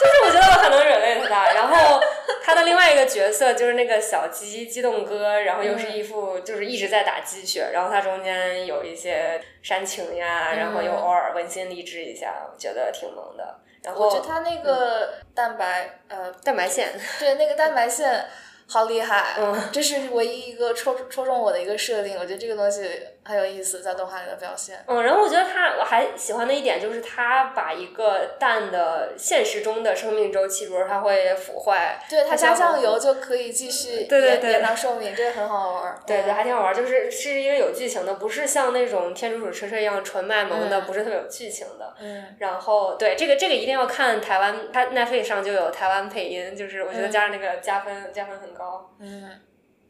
[SPEAKER 2] 就是我觉得我很能忍耐他。然后他的另外一个角色就是那个小鸡激动哥，然后又
[SPEAKER 1] 嗯
[SPEAKER 2] 是一副就是一直在打鸡血，然后他中间有一些煽情呀，然后又
[SPEAKER 1] 嗯
[SPEAKER 2] 偶尔温馨励志一下，我觉得挺萌的。然
[SPEAKER 1] 我觉
[SPEAKER 2] 后
[SPEAKER 1] 得它那个蛋白，呃，
[SPEAKER 2] 蛋白线，
[SPEAKER 1] 对，那个蛋白线好厉害，
[SPEAKER 2] 嗯
[SPEAKER 1] 这是唯一一个戳戳中我的一个设定，我觉得这个东西很有意思，在动画里的表现。
[SPEAKER 2] 嗯，然后我觉得他我还喜欢的一点就是他把一个蛋的现实中的生命周期，比如它会腐坏，
[SPEAKER 1] 对，它加
[SPEAKER 2] 它叫
[SPEAKER 1] 酱油就可以继续延
[SPEAKER 2] 对对对
[SPEAKER 1] 延长寿命，这个很好玩儿。嗯
[SPEAKER 2] 对对，还挺好玩儿，就是是一个有剧情的，不是像那种天竺鼠车车一样纯卖萌的，
[SPEAKER 1] 嗯
[SPEAKER 2] 不是特别有剧情的。
[SPEAKER 1] 嗯，
[SPEAKER 2] 然后对这个这个一定要看台湾，它 Netflix 上就有台湾配音，就是我觉得加上那个加分、加分很高。
[SPEAKER 1] 嗯，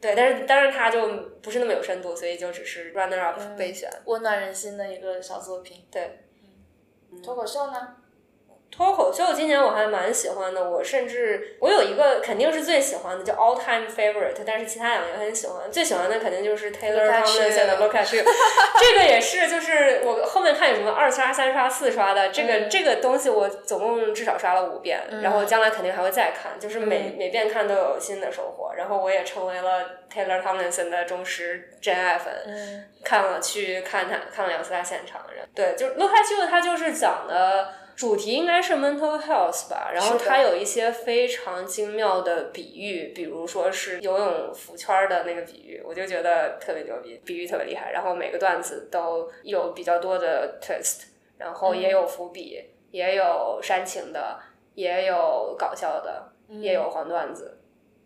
[SPEAKER 2] 对，但是但是它就不是那么有深度，所以就只是 runner up
[SPEAKER 1] 嗯
[SPEAKER 2] 备选。
[SPEAKER 1] 温暖人心的一个小作品。嗯
[SPEAKER 2] 对，
[SPEAKER 1] 脱口秀呢？
[SPEAKER 2] 脱口秀今年我还蛮喜欢的，我甚至我有一个肯定是最喜欢的，叫 all time favorite，但是其他两个也很喜欢。最喜欢的肯定就是 Taylor
[SPEAKER 1] Look at
[SPEAKER 2] Tomlinson 的
[SPEAKER 1] you
[SPEAKER 2] Look at You，这个也是就是我后面看有什么二刷、三刷、四刷的，这个、
[SPEAKER 1] 嗯
[SPEAKER 2] 这个东西我总共至少刷了五遍，然后将来肯定还会再看，就是
[SPEAKER 1] 嗯
[SPEAKER 2] 每、每遍看都有新的收获。然后我也成为了 Taylor Tomlinson 的忠实真爱粉，
[SPEAKER 1] 嗯
[SPEAKER 2] 看了去看他看了两次他现场，然后对，就是《Look at You》，他就是讲的主题应该是 mental health 吧，然后
[SPEAKER 1] 是的
[SPEAKER 2] 他有一些非常精妙的比喻，比如说是游泳浮圈儿的那个比喻，我就觉得特别牛逼，比喻特别厉害，然后每个段子都有比较多的 twist，然后也
[SPEAKER 1] 嗯
[SPEAKER 2] 有伏笔，也有煽情的，也有搞笑的，
[SPEAKER 1] 嗯
[SPEAKER 2] 也有黄段子。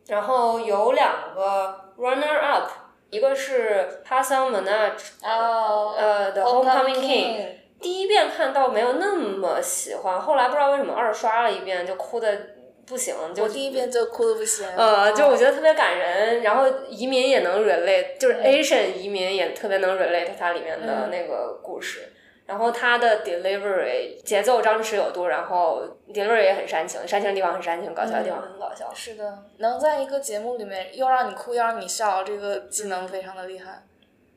[SPEAKER 2] 然后有两个 runner up，一个是 Hassan Minaj
[SPEAKER 1] 哦
[SPEAKER 2] 呃的 Homecoming King。第一遍看到没有那么喜欢，后来不知道为什么二刷了一遍就哭的不行，就
[SPEAKER 1] 我第一遍就哭的不行。
[SPEAKER 2] 呃，就我觉得特别感人，然后移民也能 relate，就是 Asian 移民也特别能 relate 它里面的那个故事。然后它的 delivery 节奏张弛有度，然后 delivery 也很煽情，煽情的地方很煽情，搞笑的地方很搞笑。
[SPEAKER 1] 是的，能在一个节目里面又让你哭又让你笑，这个技能非常的厉害。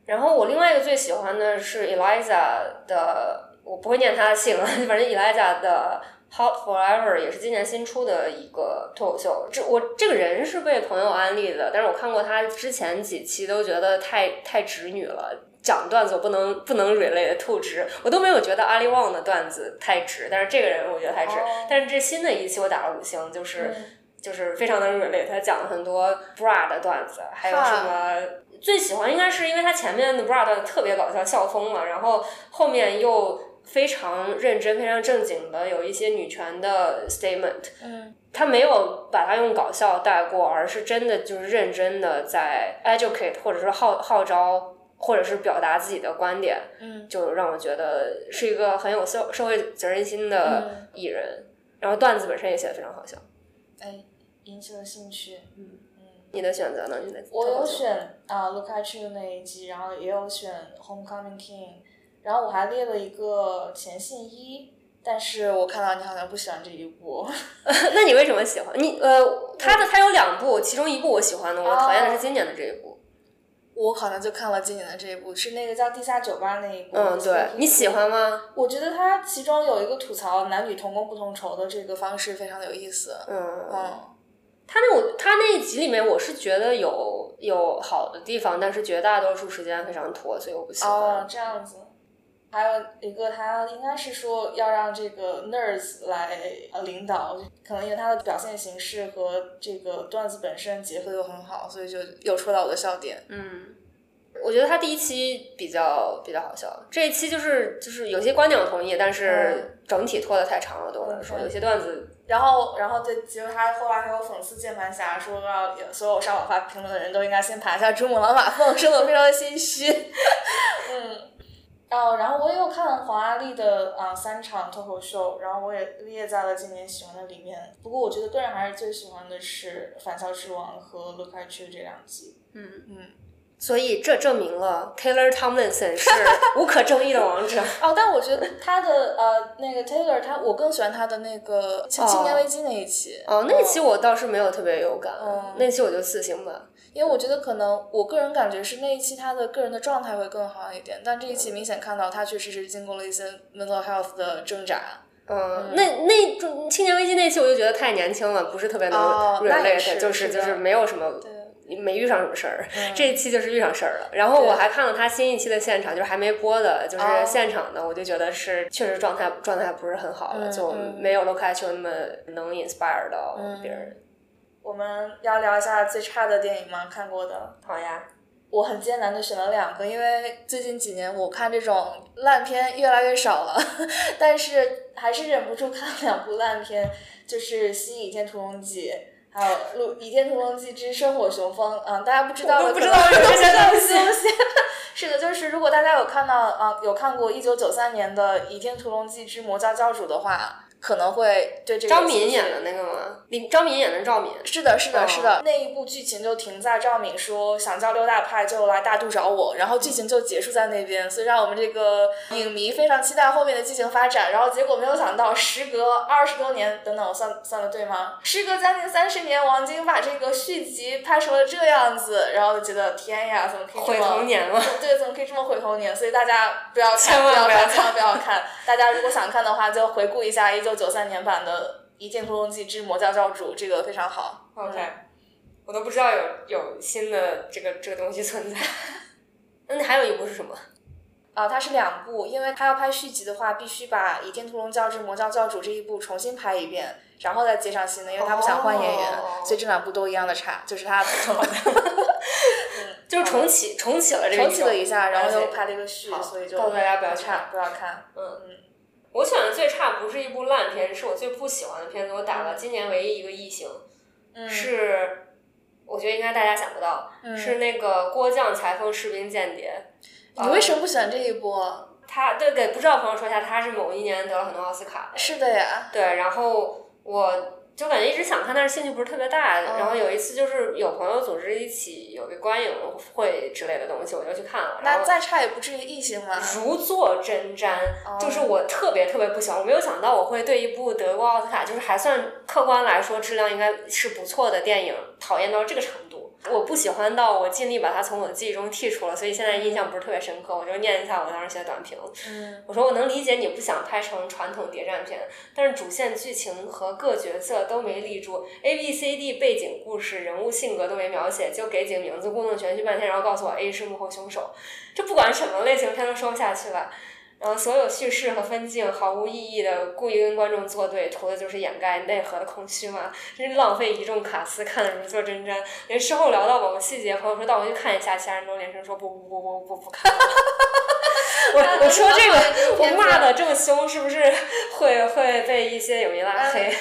[SPEAKER 2] 然后我另外一个最喜欢的是 Eliza 的，我不会念她的姓，啊 反正 Eliza 的 Hot Forever 也是今年新出的一个脱口秀。这我这个人是被朋友安利的，但是我看过她之前几期都觉得太太直女了。讲段子我不能不能 relate 透直，我都没有觉得阿里旺的段子太直，但是这个人我觉得太直。
[SPEAKER 1] 哦
[SPEAKER 2] 但是这新的一期我打了五星，就是、
[SPEAKER 1] 嗯
[SPEAKER 2] 就是非常的 relate，他讲了很多 bra 的段子，还有
[SPEAKER 1] 哈
[SPEAKER 2] 什么。最喜欢应该是因为他前面的 bra 段子特别搞笑，笑疯了，然后后面又非常认真、非常正经的有一些女权的 statement，
[SPEAKER 1] 嗯，
[SPEAKER 2] 他没有把它用搞笑带过，而是真的就是认真的在 educate，或者是号号召，或者是表达自己的观点，
[SPEAKER 1] 嗯，
[SPEAKER 2] 就让我觉得是一个很有社社会责任心的艺人。然后段子本身也写的非常好笑。
[SPEAKER 1] 哎，引起了兴趣。嗯嗯。
[SPEAKER 2] 你的选择呢？你的
[SPEAKER 1] 我
[SPEAKER 2] 脱
[SPEAKER 1] 有
[SPEAKER 2] 口秀
[SPEAKER 1] 选啊、l o o k at You 那一集，然后也有选 Homecoming King，然后我还列了一个前信一，但是我看到你好像不喜欢这一部，
[SPEAKER 2] 那你为什么喜欢你？呃，他的他有两部，其中一部我喜欢的，
[SPEAKER 1] 哦
[SPEAKER 2] 我讨厌的是今年的这一部。
[SPEAKER 1] 我好像就看了今年的这一部，是那个叫《地下酒吧》那一部。
[SPEAKER 2] 嗯，对，你喜欢吗？
[SPEAKER 1] 我觉得它其中有一个吐槽男女同工不同酬的这个方式非常的有意思。
[SPEAKER 2] 嗯，
[SPEAKER 1] 嗯，
[SPEAKER 2] 他那我他那一集里面，我是觉得有有好的地方，但是绝大多数时间非常拖，所以我不喜欢。
[SPEAKER 1] 哦，这样子。还有一个，他应该是说要让这个 nerds 来呃领导，可能因为他的表现形式和这个段子本身结合又很好，所以就又戳到我的笑点。
[SPEAKER 2] 嗯，我觉得他第一期比较比较好笑，这一期就是就是有些观点我同意，但是整体拖得太长了，对我来说，
[SPEAKER 1] 嗯
[SPEAKER 2] 有些段子
[SPEAKER 1] 然后，然后对，结果他后来还有讽刺键盘侠，说要所有上网发评论的人都应该先爬一下珠穆朗玛峰，说的非常的心虚。 嗯，哦，然后我也有看黄阿丽的啊、三场脱口秀，然后我也列在了今年喜欢的里面。不过我觉得个人还是最喜欢的是《返校之王》和《Look at You》这两集。
[SPEAKER 2] 嗯
[SPEAKER 1] 嗯，
[SPEAKER 2] 所以这证明了 Taylor Tomlinson 是无可争议的王者。
[SPEAKER 1] 哦，但我觉得他的呃那个 Taylor，他我更喜欢他的那个青青年危机那一期。
[SPEAKER 2] 哦，那一期我倒是没有特别有感，
[SPEAKER 1] 嗯
[SPEAKER 2] 那期我就四星吧。嗯
[SPEAKER 1] 因为我觉得可能我个人感觉是那一期他的个人的状态会更好一点，但这一期明显看到他确实是经过了一些 mental health 的挣扎。
[SPEAKER 2] 嗯，那那种青年危机那期我就觉得太年轻了，不是特别能
[SPEAKER 1] 哦那也
[SPEAKER 2] relate，、
[SPEAKER 1] 是
[SPEAKER 2] 就是
[SPEAKER 1] 是
[SPEAKER 2] 就
[SPEAKER 1] 的
[SPEAKER 2] 是没有什么
[SPEAKER 1] 对，嗯
[SPEAKER 2] 没遇上什么事儿。这一期就是遇上事儿了，然后我
[SPEAKER 1] 对
[SPEAKER 2] 还看了他新一期的现场，就是还没播的，就是
[SPEAKER 1] 哦
[SPEAKER 2] 现场的，我就觉得是确实状态状态不是很好了，
[SPEAKER 1] 嗯
[SPEAKER 2] 就
[SPEAKER 1] 嗯
[SPEAKER 2] 没有 l o c a t i o 那么能 inspire 到别人。
[SPEAKER 1] 我们要聊一下最差的电影吗？看过的，
[SPEAKER 2] 好呀，
[SPEAKER 1] 我很艰难的选了两个，因为最近几年我看这种烂片越来越少了， 但是还是忍不住看两部烂片，就是《新倚天屠龙记》。还有《路倚天屠龙记之射火雄风》，嗯，大家不知道
[SPEAKER 2] 我
[SPEAKER 1] 的
[SPEAKER 2] 都不
[SPEAKER 1] 可
[SPEAKER 2] 知
[SPEAKER 1] 能
[SPEAKER 2] 道有这
[SPEAKER 1] 不知
[SPEAKER 2] 些
[SPEAKER 1] 道
[SPEAKER 2] 东
[SPEAKER 1] 这
[SPEAKER 2] 西
[SPEAKER 1] 些东西。 是的，就是如果大家有看到啊、有看过一九九三年的《倚天屠龙记之魔教教主》的话，可能会对这个有
[SPEAKER 2] 张敏
[SPEAKER 1] 兴趣
[SPEAKER 2] 演的那个吗？林张敏演的赵敏。
[SPEAKER 1] 是的，是
[SPEAKER 2] 哦
[SPEAKER 1] 的，是的。那一部剧情就停在赵敏说想叫六大派就来大渡找我，然后剧情就结束在那边，所以让我们这个影迷非常期待后面的剧情发展。然后结果没有想到，时隔二十多年，等等，我算算的对吗？时隔将近三十年，王晶把这个续集拍成了这样子，然后就觉得天呀，怎么可以
[SPEAKER 2] 毁
[SPEAKER 1] 这么
[SPEAKER 2] 童 年了，
[SPEAKER 1] 对，怎么可以这么毁童年？所以大家不要看，
[SPEAKER 2] 千万
[SPEAKER 1] 不要
[SPEAKER 2] 不要
[SPEAKER 1] 看，
[SPEAKER 2] 看
[SPEAKER 1] 千万不要看。大家如果想看的话，就回顾一下一九九三年版的《一剑屠龙记之魔教教主》，这个非常好。嗯
[SPEAKER 2] OK，我都不知道有有新的这个这个东 西存在。嗯，还有一部是什么？
[SPEAKER 1] 啊、它是两部，因为它要拍续集的话，必须把《倚天屠龙教之魔教教主》这一部重新拍一遍，然后再接上新的，因为他不想换演员，
[SPEAKER 2] 哦
[SPEAKER 1] 所以这两部都一样的差，就是 他
[SPEAKER 2] 就是重启重启了这个宇
[SPEAKER 1] 重
[SPEAKER 2] 宙
[SPEAKER 1] 启了一下，然后又
[SPEAKER 2] 了解
[SPEAKER 1] 拍了一个续
[SPEAKER 2] 好，
[SPEAKER 1] 所以就
[SPEAKER 2] 告诉大家不要去
[SPEAKER 1] 差，不要看。
[SPEAKER 2] 我选的最差不是一部烂片，是我最不喜欢的片子。我打了今年唯一一个异形，
[SPEAKER 1] 嗯
[SPEAKER 2] 是我觉得应该大家想不到，是那个郭将裁缝士兵间谍。
[SPEAKER 1] 你为什么不喜欢这一部？
[SPEAKER 2] 他对给不知道的朋友说一下，他是某一年得了很多奥斯卡的。
[SPEAKER 1] 是的呀，
[SPEAKER 2] 对，然后我就感觉一直想看，但是兴趣不是特别大。
[SPEAKER 1] 哦
[SPEAKER 2] 然后有一次就是有朋友组织一起有个观影会之类的东西，我就去看了。然
[SPEAKER 1] 那
[SPEAKER 2] 后
[SPEAKER 1] 再差也不至于异性嘛。
[SPEAKER 2] 如坐针毡，
[SPEAKER 1] 哦
[SPEAKER 2] 就是我特别特别不喜欢，我没有想到我会对一部德国奥斯卡，就是还算客观来说质量应该是不错的电影，讨厌到这个程度。我不喜欢到我尽力把它从我的记忆中剔除了，所以现在印象不是特别深刻。我就念一下我当时写的短评，
[SPEAKER 1] 嗯
[SPEAKER 2] 我说我能理解你不想拍成传统谍战片，但是主线剧情和各角色都没立住，A B C D 背景故事、人物性格都没描写，就给几个名字故弄玄虚半天，然后告诉我 A 是幕后凶手，这不管什么类型片都说不下去了。然后所有叙事和分镜毫无意义的故意跟观众作对，图的就是掩盖内核的空虚嘛，真是浪费一众卡司看的如坐针毡。连事后聊到某个细节，朋友说带我去看一下，其他人都连声说不不不不不不看了。 我我说这个， 我骂的这么凶，是不是 会会被一些影迷拉黑？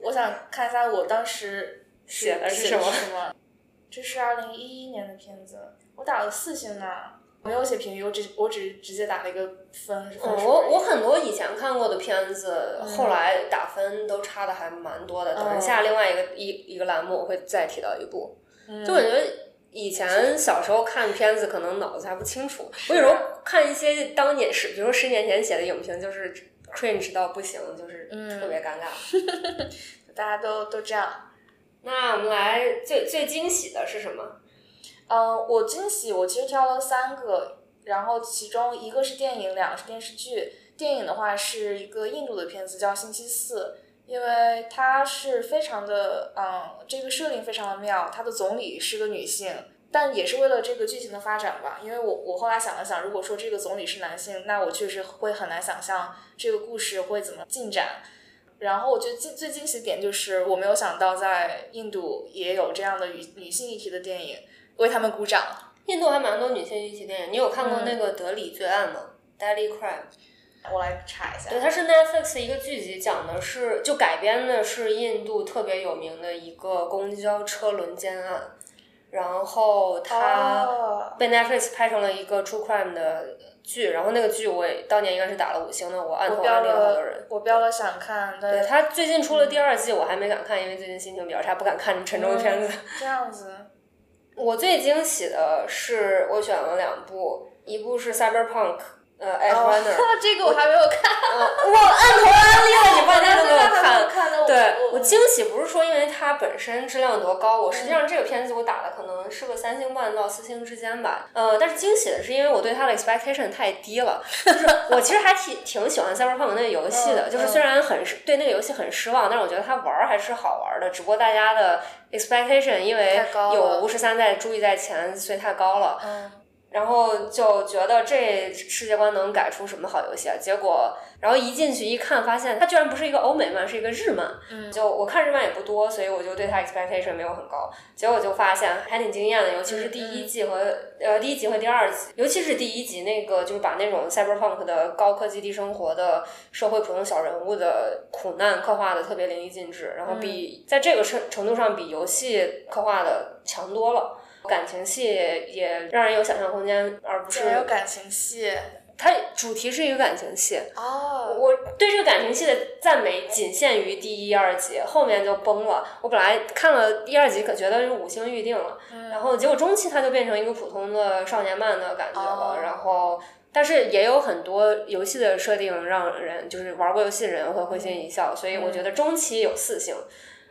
[SPEAKER 1] 我想看一下我当时是
[SPEAKER 2] 写的是什么
[SPEAKER 1] 写的什么。这是二零一一年的片子，我打了四星呢，没有写评语，我只我只直接打了一个分。分数而
[SPEAKER 2] 嗯我
[SPEAKER 1] 已
[SPEAKER 2] 哦我很多以前看过的片子，后来打分都差的还蛮多的。等一下，另外一个一一个栏目我会再提到一部，
[SPEAKER 1] 嗯
[SPEAKER 2] 就感觉。以前小时候看片子，可能脑子还不清楚。我有时候看一些当年是，比如说十年前写的影评，就是 cringe 到不行，就是特别尴尬。
[SPEAKER 1] 大家都都这样。
[SPEAKER 2] 那我们来最最惊喜的是什么？
[SPEAKER 1] 嗯，我惊喜，我其实挑了三个，然后其中一个是电影，两个是电视剧。电影的话是一个印度的片子，叫《星期四》，因为它是非常的，嗯，这个设定非常的妙。它的总理是个女性，但也是为了这个剧情的发展吧。因为我我后来想了想，如果说这个总理是男性，那我确实会很难想象这个故事会怎么进展。然后我觉得最最惊喜的点就是，我没有想到在印度也有这样的女女性议题的电影。为他们鼓掌。
[SPEAKER 2] 印度还蛮多女性一起电影，你有看过那个《德里罪案》吗？Daily Crime，
[SPEAKER 1] 我来查一下
[SPEAKER 2] 对，它是 Netflix 一个剧集，讲的是就改编的是印度特别有名的一个公交车轮奸案，然后它
[SPEAKER 1] 哦，
[SPEAKER 2] 被 Netflix 拍成了一个 True Crime 的剧，然后那个剧我也当年应该是打了五星的，我按
[SPEAKER 1] 我
[SPEAKER 2] 头
[SPEAKER 1] 标
[SPEAKER 2] 安利了好多人
[SPEAKER 1] 了，。我标了想看，
[SPEAKER 2] 对，
[SPEAKER 1] 但
[SPEAKER 2] 它最近出了第二季，我还没敢看，因为最近心情比较差，不敢看沉重的片子。
[SPEAKER 1] 这样子，
[SPEAKER 2] 我最惊喜的是，我选了两部，一部是 Cyberpunk，呃，Edge Runner，、
[SPEAKER 1] 哦这个我还没有看，
[SPEAKER 2] 我按头安利了你半天都没有
[SPEAKER 1] 还没有
[SPEAKER 2] 看。
[SPEAKER 1] 看，那我
[SPEAKER 2] 对
[SPEAKER 1] 我
[SPEAKER 2] 我惊喜不是说因为它本身质量有多高，我实际上这个片子我打的可能是个三星半到四星之间吧。呃，但是惊喜的是因为我对它的 expectation 太低了，就是 我其实还挺挺喜欢 Cyberpunk 那个游戏的，
[SPEAKER 1] 嗯
[SPEAKER 2] 就是虽然很失对那个游戏很失望，但是我觉得它玩儿还是好玩儿的，只不过大家的 expectation 因为
[SPEAKER 1] 太高
[SPEAKER 2] 有
[SPEAKER 1] 了
[SPEAKER 2] 五十三在注意在前，所以太高了。
[SPEAKER 1] 嗯，
[SPEAKER 2] 然后就觉得这世界观能改出什么好游戏啊？结果，然后一进去一看，发现它居然不是一个欧美漫，是一个日漫。
[SPEAKER 1] 嗯
[SPEAKER 2] 就我看日漫也不多，所以我就对它 expectation 没有很高。结果就发现还挺惊艳的，尤其是第一季和、呃第一集和第二集，尤其是第一集那个就是把那种 cyberpunk 的高科技低生活的社会普通小人物的苦难刻画的特别淋漓尽致，然后比、在这个程程度上比游戏刻画的强多了。感情戏也让人有想象空间，而不是
[SPEAKER 1] 这还有感情戏
[SPEAKER 2] 它主题是一个感情戏。
[SPEAKER 1] 哦，
[SPEAKER 2] 我对这个感情戏的赞美仅限于第一、二集，后面就崩了。我本来看了第二集，可觉得是五星预定了，然后结果中期它就变成一个普通的少年漫的感觉了。
[SPEAKER 1] 哦
[SPEAKER 2] 然后，但是也有很多游戏的设定让人就是玩过游戏的人会会心一笑，所以我觉得中期有四星。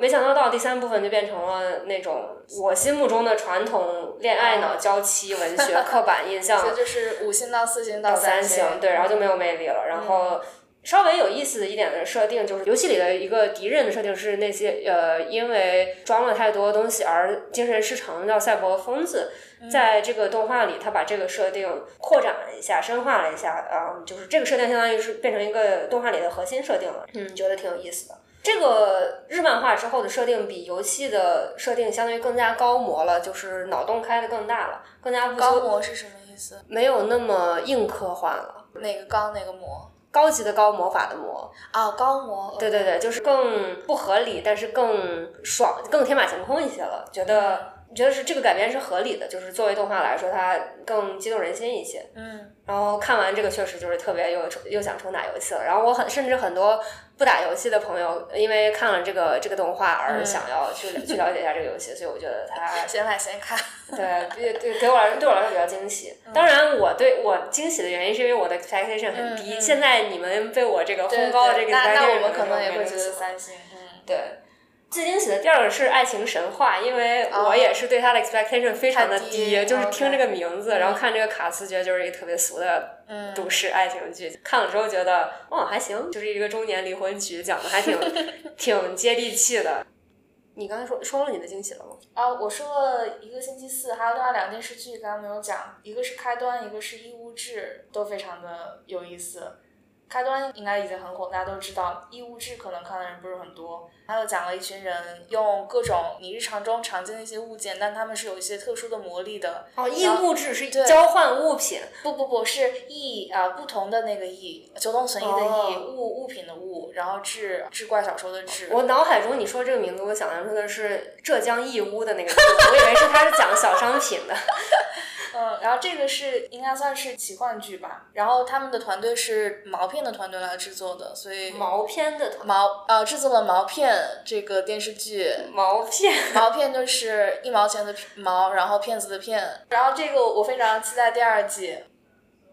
[SPEAKER 2] 没想到到第三部分就变成了那种我心目中的传统恋爱脑娇妻文学刻板印象
[SPEAKER 1] 所以就是五星到四星到
[SPEAKER 2] 三
[SPEAKER 1] 星
[SPEAKER 2] 星，，对，嗯然后就没有魅力了。然后稍微有意思的一点的设定就是，游戏里的一个敌人的设定是那些呃，因为装了太多东西而精神失常叫赛博疯子。在这个动画里，他把这个设定扩展了一下，深化了一下，嗯，就是这个设定相当于是变成一个动画里的核心设定了，嗯，觉得挺有意思的。这个日漫化之后的设定比游戏的设定相当于更加高模了，就是脑洞开的更大了，更加不
[SPEAKER 1] 高
[SPEAKER 2] 修
[SPEAKER 1] 模是什么意思？
[SPEAKER 2] 没有那么硬科幻了。
[SPEAKER 1] 哪个高哪个模？
[SPEAKER 2] 高级的高，魔法的魔，
[SPEAKER 1] 啊，高模，
[SPEAKER 2] 对对对，就是更不合理，但是更爽，更天马行空一些了。觉得你觉得是这个改编是合理的？就是作为动画来说，它更激动人心一些。
[SPEAKER 1] 嗯，
[SPEAKER 2] 然后看完这个，确实就是特别又又想重打游戏了。然后我很甚至很多不打游戏的朋友，因为看了这个这个动画而
[SPEAKER 1] 嗯
[SPEAKER 2] 想要去、去了解一下这个游戏，所以我觉得它
[SPEAKER 1] 先买先 看。
[SPEAKER 2] 对对对，给我来说对我来说比较惊喜。
[SPEAKER 1] 嗯
[SPEAKER 2] 当然，我对我惊喜的原因是因为我的 expectation 很低。
[SPEAKER 1] 嗯嗯
[SPEAKER 2] 现在你们被我这个
[SPEAKER 1] 对
[SPEAKER 2] 风高的这
[SPEAKER 1] 对
[SPEAKER 2] 个
[SPEAKER 1] 那
[SPEAKER 2] expectation，
[SPEAKER 1] 那我们
[SPEAKER 2] 的
[SPEAKER 1] 可
[SPEAKER 2] 时候
[SPEAKER 1] 能也
[SPEAKER 2] 没
[SPEAKER 1] 会
[SPEAKER 2] 那
[SPEAKER 1] 觉
[SPEAKER 2] 么
[SPEAKER 1] 得
[SPEAKER 2] 喜欢
[SPEAKER 1] 三星，嗯，
[SPEAKER 2] 对。最惊喜的第二个是《爱情神话》，因为我
[SPEAKER 1] 哦
[SPEAKER 2] 也是对它的 expectation 非常的
[SPEAKER 1] 太
[SPEAKER 2] 低，
[SPEAKER 1] 低哦
[SPEAKER 2] 就是
[SPEAKER 1] OK
[SPEAKER 2] 听这个名字，然后看这个卡斯，觉得就是一个特别俗的
[SPEAKER 1] 嗯
[SPEAKER 2] 都市爱情剧。看了之后觉得，哦，还行，就是一个中年离婚局，讲的还 挺挺接地气的。你刚才说说了你的惊喜了吗？
[SPEAKER 1] 啊，我说了一个星期四，还有另外两个电视剧刚刚没有讲，一个是《开端》，一个是《义乌志》，都非常的有意思。开端应该已经很火，大家都知道。义乌志可能看的人不是很多。还有讲了一群人用各种你日常中常见的一些物件，但他们是有一些特殊的魔力的。
[SPEAKER 2] 哦，异
[SPEAKER 1] 然后
[SPEAKER 2] 物质是
[SPEAKER 1] 对
[SPEAKER 2] 交换物品，
[SPEAKER 1] 不不不是义啊、不同的那个义，求同存异的义，
[SPEAKER 2] 哦
[SPEAKER 1] 物物品的物，然后志志怪小说的志。
[SPEAKER 2] 我脑海中你说这个名字，我想象出的是浙江义乌的那个地方，我以为是他是讲小商品的。
[SPEAKER 1] 嗯，然后这个是应该算是奇幻剧吧，然后他们的团队是毛片的团队来制作的，所以
[SPEAKER 2] 毛片的团
[SPEAKER 1] 毛呃制作了毛片这个电视剧，
[SPEAKER 2] 毛片，
[SPEAKER 1] 毛片就是一毛钱的毛，然后骗子的骗，然后这个我非常期待第二季，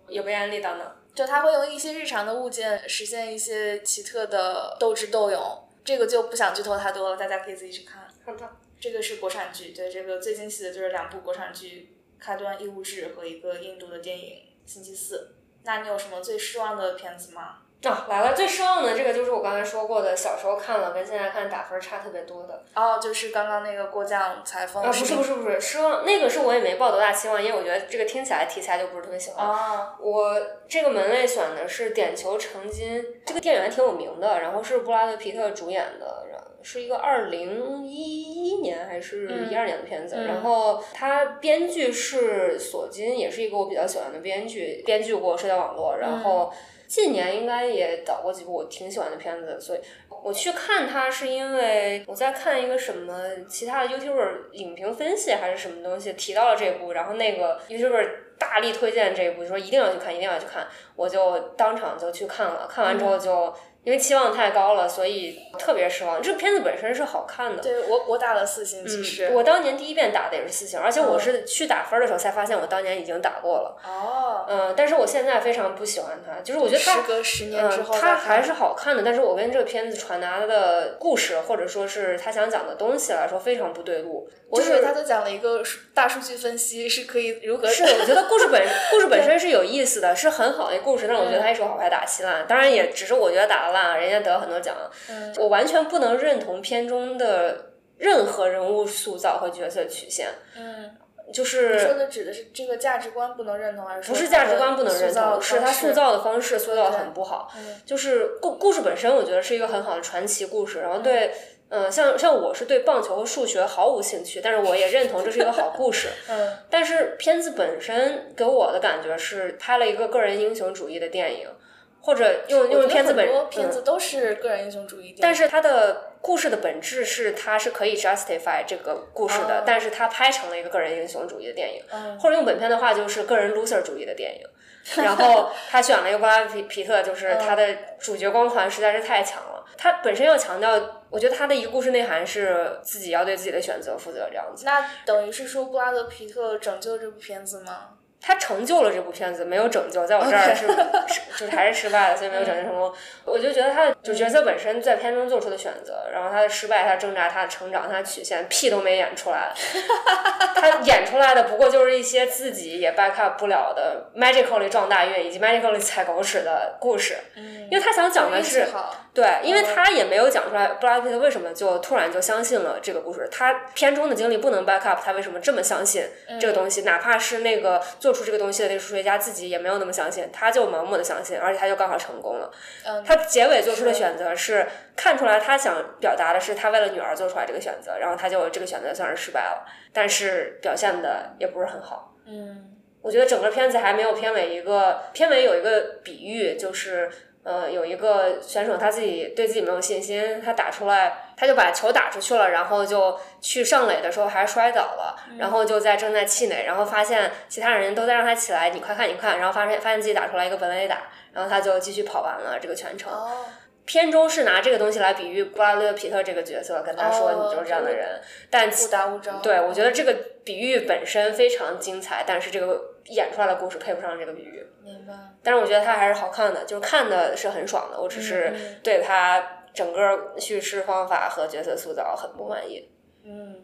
[SPEAKER 2] 有被安利到呢。
[SPEAKER 1] 就他会用一些日常的物件实现一些奇特的斗智斗勇，这个就不想剧透太多了，大家可以自己去看。
[SPEAKER 2] 好的，
[SPEAKER 1] 这个是国产剧，对，这个最惊喜的就是两部国产剧《开端义务志》和一个印度的电影《星期四》。那你有什么最失望的片子吗？
[SPEAKER 2] 啊，来了，最失望的这个就是我刚才说过的，小时候看了跟现在看打分差特别多的。
[SPEAKER 1] 哦，就是刚刚那个过奖采风
[SPEAKER 2] 啊，不是不是不是，失望那个是我也没抱多大期望，因为我觉得这个听起来题材就不是特别喜欢。
[SPEAKER 1] 哦，
[SPEAKER 2] 我这个门类选的是《点球成金》，这个电影还挺有名的，然后是布拉德皮特主演的，然是一个二零一一年还是一二年的片子。
[SPEAKER 1] 嗯
[SPEAKER 2] 然后他编剧是索金，也是一个我比较喜欢的编剧，编剧过《社交网
[SPEAKER 1] 嗯
[SPEAKER 2] 络》，然后近年应该也导过几部我挺喜欢的片子，所以。我去看它是因为我在看一个什么其他的 YouTuber 影评分析还是什么东西提到了这部，然后那个 YouTuber 大力推荐这一部，就说一定要去看，一定要去看，我就当场就去看了。看完之后就、
[SPEAKER 1] 嗯
[SPEAKER 2] 因为期望太高了，所以特别失望。这个片子本身是好看的。
[SPEAKER 1] 对我我打了四星，其实、
[SPEAKER 2] 嗯我当年第一遍打的也是四星，而且我是去打分的时候才发现我当年已经打过了。
[SPEAKER 1] 哦，
[SPEAKER 2] 嗯、但是我现在非常不喜欢它，就是我觉得它
[SPEAKER 1] 时隔十年之
[SPEAKER 2] 嗯，
[SPEAKER 1] 后再看，
[SPEAKER 2] 它还是好看的，但是我跟这个片子传达的故事，或者说是他想讲的东西来说，非常不对路。我
[SPEAKER 1] 就
[SPEAKER 2] 以为
[SPEAKER 1] 是他都讲了一个数大数据分析是可以如何
[SPEAKER 2] 是的，我觉得故事 本故事本身是有意思的，是很好的一个故事，但是我觉得他一手好牌打稀烂，当然也只是我觉得打的烂，人家得了很多奖，
[SPEAKER 1] 嗯
[SPEAKER 2] 我完全不能认同片中的任何人物塑造和角色曲线，
[SPEAKER 1] 嗯，
[SPEAKER 2] 就是
[SPEAKER 1] 你说的指的是这个价值观不能认同，还是说
[SPEAKER 2] 不是价值观不能认
[SPEAKER 1] 塑造
[SPEAKER 2] 同，
[SPEAKER 1] 的
[SPEAKER 2] 是他
[SPEAKER 1] 方
[SPEAKER 2] 塑
[SPEAKER 1] 式
[SPEAKER 2] 造的方式塑造的
[SPEAKER 1] 对
[SPEAKER 2] 很不好
[SPEAKER 1] 嗯。
[SPEAKER 2] 就是故故事本身，我觉得是一个很好的传奇故事。然后对，嗯，像像我是对棒球和数学毫无兴趣，但是我也认同这是一个好 故事。
[SPEAKER 1] 嗯
[SPEAKER 2] 但是片子本身给我的感觉是拍了一个个人英雄主义的电影，或者用
[SPEAKER 1] 我觉
[SPEAKER 2] 用
[SPEAKER 1] 得
[SPEAKER 2] 片子本
[SPEAKER 1] 很多片
[SPEAKER 2] 嗯
[SPEAKER 1] 子都是个人英雄主义电影，
[SPEAKER 2] 但是它的故事的本质是，它是可以 justify 这个故事的，
[SPEAKER 1] 哦
[SPEAKER 2] 但是它拍成了一个个人英雄主义的电影，
[SPEAKER 1] 嗯
[SPEAKER 2] 或者用本片的话就是个人 loser 主义的电影。然后他选了一个布拉德皮皮特，就是他的主角光环实在是太强了。他本身要强调，我觉得他的一个故事内涵是自己要对自己的选择负责这样子。
[SPEAKER 1] 那等于是说布拉德皮特拯救这部片子吗？
[SPEAKER 2] 他成就了这部片子，没有拯救，在我这儿是是就是还是失败的，所以没有拯救成功。我就觉得他的就角色本身在片中做出的选择，然后他的失败、他的挣扎、他的成长、他的曲线，屁都没演出来。他演出来的不过就是一些自己也 back up 不了的 magically 撞大运以及 magically 踩狗屎的故事，
[SPEAKER 1] 嗯，
[SPEAKER 2] 因为他想讲的是
[SPEAKER 1] 运气好，
[SPEAKER 2] 对，因为他也没有讲出来布拉德皮特为什么就突然就相信了这个故事。他片中的经历不能 back up 他为什么这么相信这个东西，哪怕是那个做出这个东西的那个数学家自己也没有那么相信，他就盲目的相信，而且他就刚好成功了。
[SPEAKER 1] 嗯
[SPEAKER 2] 他结尾做出的选择是看出来他想表达的是他为了女儿做出来这个选择，然后他就这个选择算是失败了，但是表现的也不是很好。
[SPEAKER 1] 嗯
[SPEAKER 2] 我觉得整个片子还没有片尾一个，片尾有一个比喻，就是呃，有一个选手他自己对自己没有信心，他打出来，他就把球打出去了，然后就去上垒的时候还摔倒了，
[SPEAKER 1] 嗯
[SPEAKER 2] 然后就在正在气馁，然后发现其他人都在让他起来，你快看你快看，然后发现发现自己打出来一个本垒打，然后他就继续跑完了这个全程。
[SPEAKER 1] 哦，
[SPEAKER 2] 片中是拿这个东西来比喻布拉德皮特这个角色，跟他说
[SPEAKER 1] 哦
[SPEAKER 2] 你就是这样的人，但
[SPEAKER 1] 误
[SPEAKER 2] 其
[SPEAKER 1] 打误撞。
[SPEAKER 2] 对我觉得这个比喻本身非常精彩，但是这个演出来的故事配不上这个比喻。
[SPEAKER 1] 明白。
[SPEAKER 2] 但是我觉得它还是好看的，就是看的是很爽的。我只是对它整个叙事方法和角色塑造很不满意。
[SPEAKER 1] 嗯，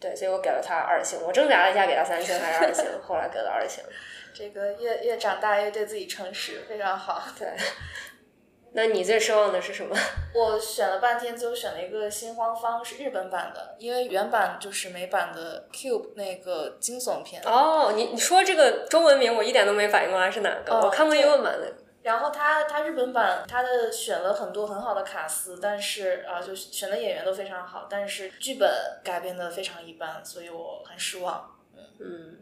[SPEAKER 2] 对，所以我给了它二星。我挣扎了一下，给它三星还是 二星，后来给了二星。
[SPEAKER 1] 这个越越长大越对自己诚实，非常好。
[SPEAKER 2] 对，那你最失望的是什么？
[SPEAKER 1] 我选了半天，最后选了一个新荒方是日本版的，因为原版就是美版的 Cube 那个惊悚片。
[SPEAKER 2] 哦，你你说这个中文名，我一点都没反应过来是哪个。
[SPEAKER 1] 哦
[SPEAKER 2] 我看过英文版的。
[SPEAKER 1] 然后他他日本版他的选了很多很好的卡司，但是啊、就选的演员都非常好，但是剧本改编的非常一般，所以我很失望。
[SPEAKER 2] 嗯，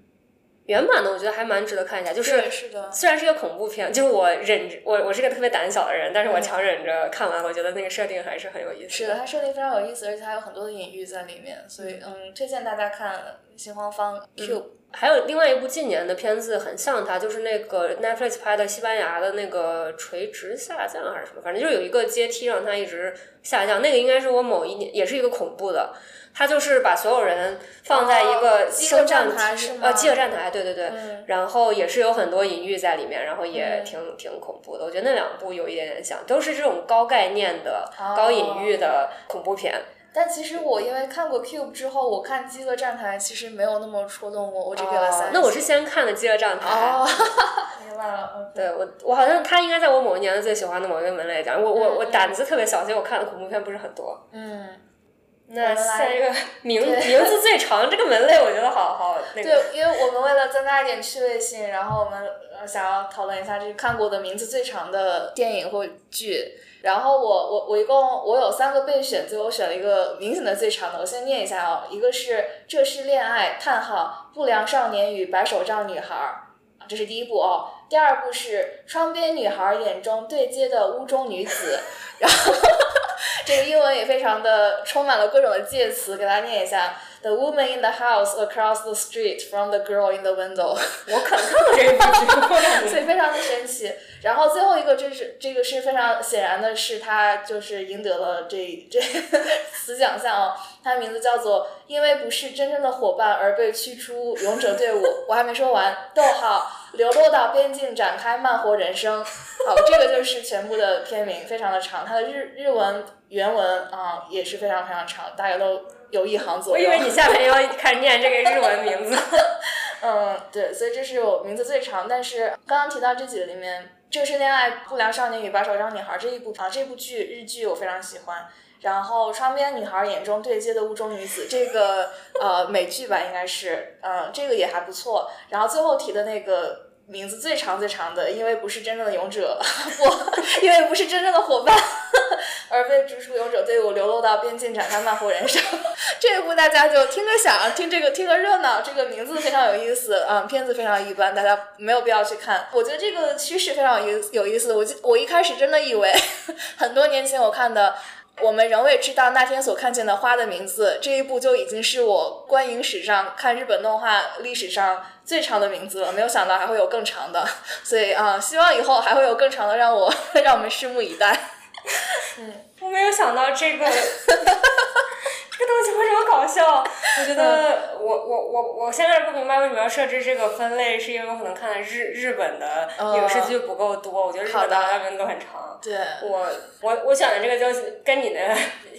[SPEAKER 2] 原版的我觉得还蛮值得看一下，就是
[SPEAKER 1] 对是的，
[SPEAKER 2] 虽然是一个恐怖片，就是我忍着，我我是一个特别胆小的人，但是我强忍着看完，我觉得那个设定还是很有意
[SPEAKER 1] 嗯
[SPEAKER 2] 思。
[SPEAKER 1] 是的，，它设定非常有意思，而且它有很多的隐喻在里面，所以嗯，推荐大家看《新荒方
[SPEAKER 2] 嗯
[SPEAKER 1] Cube》
[SPEAKER 2] 还有另外一部近年的片子很像它，就是那个 Netflix 拍的西班牙的那个垂直下降还是什么，反正就是有一个阶梯让它一直下降。那个应该是我某一年也是一个恐怖的，它就是把所有人放在一个
[SPEAKER 1] 哦饥饿
[SPEAKER 2] 升降
[SPEAKER 1] 站台
[SPEAKER 2] 梯
[SPEAKER 1] 是，吗
[SPEAKER 2] 呃，饥饿站台，对对对。
[SPEAKER 1] 嗯
[SPEAKER 2] 然后也是有很多隐喻在里面，然后也
[SPEAKER 1] 嗯
[SPEAKER 2] 挺、挺恐怖的。我觉得那两部有一点点像，都是这种高概念的、
[SPEAKER 1] 哦
[SPEAKER 2] 高隐喻的恐怖片。
[SPEAKER 1] 但其实我因为看过 Cube 之后，我看《饥饿站台》其实没有那么戳动我，我只给了三、
[SPEAKER 2] 哦那我是先看的《饥饿站台》
[SPEAKER 1] 哦， 明白了，
[SPEAKER 2] 对我，我好像他应该在我某一年的最喜欢的某一个门类讲，我我我
[SPEAKER 1] 嗯嗯
[SPEAKER 2] 胆子特别小，所以我看的恐怖片不是很多。
[SPEAKER 1] 嗯，
[SPEAKER 2] 那
[SPEAKER 1] 我们来
[SPEAKER 2] 下一个 名
[SPEAKER 1] 对
[SPEAKER 2] 名字最长这个门类，我觉得好好那个。
[SPEAKER 1] 对，因为我们为了增加一点趣味性，然后我们呃想要讨论一下这看过的名字最长的电影或剧。然后我我我一共我有三个备选，最后选了一个明显的最长的，我先念一下哦。一个是《这是恋爱》，叹号，《不良少年与白手杖女孩》，啊这是第一部哦。第二部是《窗边女孩眼中对街的屋中女子》， 然后这个英文也非常的充满了各种的介词，给大家念一下：The woman in the house across the street from the girl in the window，
[SPEAKER 2] 我可能看过这一部剧，我感觉
[SPEAKER 1] 所以非常的神奇。然后最后一个就是这个是非常显然的是他就是赢得了这 这此奖项哦，他的名字叫做《因为不是真正的伙伴而被驱出勇者队伍》，我还没说完，逗号。流落到边境展开慢活人生，好，这个就是全部的片名，非常的长。它的日日文原文啊、也是非常非常长，大概都有一行左
[SPEAKER 2] 我
[SPEAKER 1] 右。
[SPEAKER 2] 以为你下面要开始念这个日文名字。
[SPEAKER 1] 嗯，对，所以这是我名字最长，但是刚刚提到这几个里面，《正式恋爱》《不良少年与把手杖女孩》这一部啊，这部剧日剧我非常喜欢。然后《窗边女孩眼中对街的雾中女子》这个呃美剧吧，应该是，嗯，这个也还不错。然后最后提的那个名字最长最长的，因为不是真正的勇者， 不，因为不是真正的伙伴， 而被逐出勇者队伍，流落到边境展开漫活人生。这一部大家就听个响，听这个听个热闹，这个名字非常有意思，嗯，片子非常一般，大家没有必要去看。我觉得这个趋势非常有意有意思。我记我一开始真的以为很多年前我看的。我们仍未知道那天所看见的花的名字。这一部就已经是我观影史上看日本动画历史上最长的名字了。没有想到还会有更长的，所以啊、希望以后还会有更长的，让我 让我们拭目以待。
[SPEAKER 2] 我没有想到 这个这个东西会这么搞笑。我觉得我我我我现在不明白为什么要设置这个分类，是因为我可能看的日日本的影视剧不够多，我觉得日本的
[SPEAKER 1] 好的
[SPEAKER 2] 大部分都很长。
[SPEAKER 1] 对，
[SPEAKER 2] 我我我选的这个就是跟你的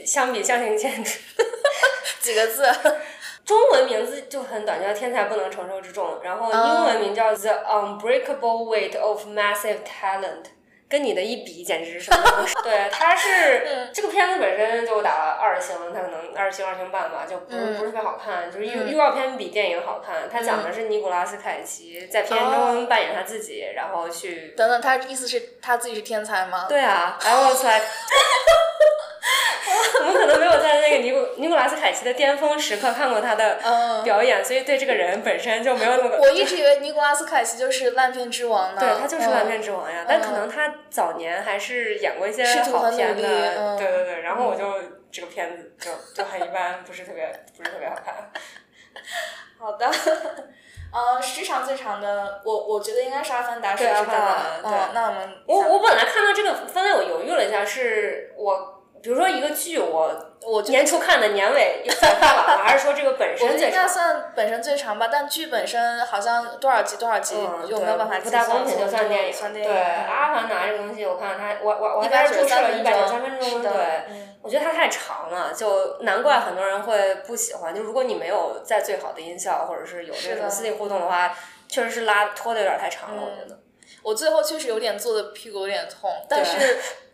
[SPEAKER 2] 相比相形见绌。
[SPEAKER 1] 几个字。
[SPEAKER 2] 中文名字就很短，叫《天才不能承受之重》，然后
[SPEAKER 1] 哦
[SPEAKER 2] 英文名叫《The Unbreakable Weight of Massive Talent》，跟你的一比，简直是什么都不是。 对，它是、
[SPEAKER 1] 嗯
[SPEAKER 2] 这个片子本身就打了二星，它可能二星二星半吧，就不、
[SPEAKER 1] 嗯
[SPEAKER 2] 不是特别好看，就是预、
[SPEAKER 1] 嗯
[SPEAKER 2] 预告片比电影好看。它讲的是尼古拉斯凯奇在片
[SPEAKER 1] 哦
[SPEAKER 2] 中扮演他自己，然后去。
[SPEAKER 1] 等等，他意思是他自己是天才吗？
[SPEAKER 2] 对啊，I was like，我们可可能没有在那个尼古尼古拉斯凯奇的巅峰时刻看过他的
[SPEAKER 1] 嗯
[SPEAKER 2] 表演，所以对这个人本身就没有那么。
[SPEAKER 1] 我一直以为尼古拉斯凯奇就是烂片之王呢。
[SPEAKER 2] 对他就是
[SPEAKER 1] 嗯
[SPEAKER 2] 烂片之王呀，但可能他早年还是演过一些
[SPEAKER 1] 试图
[SPEAKER 2] 好
[SPEAKER 1] 很努
[SPEAKER 2] 片
[SPEAKER 1] 力
[SPEAKER 2] 的，
[SPEAKER 1] 嗯
[SPEAKER 2] 对对对。然后我就这个片子就就很一般，不是特别不是特别好看。
[SPEAKER 1] 哦好的， 呃，时长最长的，我我觉得应该是《阿凡达》是
[SPEAKER 2] 对
[SPEAKER 1] 知
[SPEAKER 2] 阿
[SPEAKER 1] 道的。
[SPEAKER 2] 凡达对
[SPEAKER 1] 嗯，那我们
[SPEAKER 2] 我我本来看到这个分类，我犹豫了一下，是我比如说一个剧，我
[SPEAKER 1] 我就
[SPEAKER 2] 年初看的，年尾又再看完了，还是说这个本
[SPEAKER 1] 我
[SPEAKER 2] 身
[SPEAKER 1] 觉得
[SPEAKER 2] 最
[SPEAKER 1] 应该
[SPEAKER 2] 长？
[SPEAKER 1] 算本身最长吧，但剧本身好像多少集多少集，
[SPEAKER 2] 嗯，
[SPEAKER 1] 有没有办法
[SPEAKER 2] 对不
[SPEAKER 1] 计
[SPEAKER 2] 大
[SPEAKER 1] 算？
[SPEAKER 2] 公平就算电影。
[SPEAKER 1] 算电
[SPEAKER 2] 对，《
[SPEAKER 1] 影。
[SPEAKER 2] 阿凡达》这个东西，我看它，我我我
[SPEAKER 1] 一
[SPEAKER 2] 还
[SPEAKER 1] 百
[SPEAKER 2] 是
[SPEAKER 1] 九
[SPEAKER 2] 注
[SPEAKER 1] 十
[SPEAKER 2] 射了
[SPEAKER 1] 三
[SPEAKER 2] 一百九十三
[SPEAKER 1] 分
[SPEAKER 2] 分钟，
[SPEAKER 1] 是的
[SPEAKER 2] 对。
[SPEAKER 1] 嗯
[SPEAKER 2] 我觉得它太长了，就难怪很多人会不喜欢。就如果你没有在最好的音效，或者是有
[SPEAKER 1] 是
[SPEAKER 2] 这
[SPEAKER 1] 的
[SPEAKER 2] 种私密互动的话，确实是拉拖的有点太长了。我
[SPEAKER 1] 嗯
[SPEAKER 2] 觉得，
[SPEAKER 1] 我最后确实有点坐的屁股有点痛，但是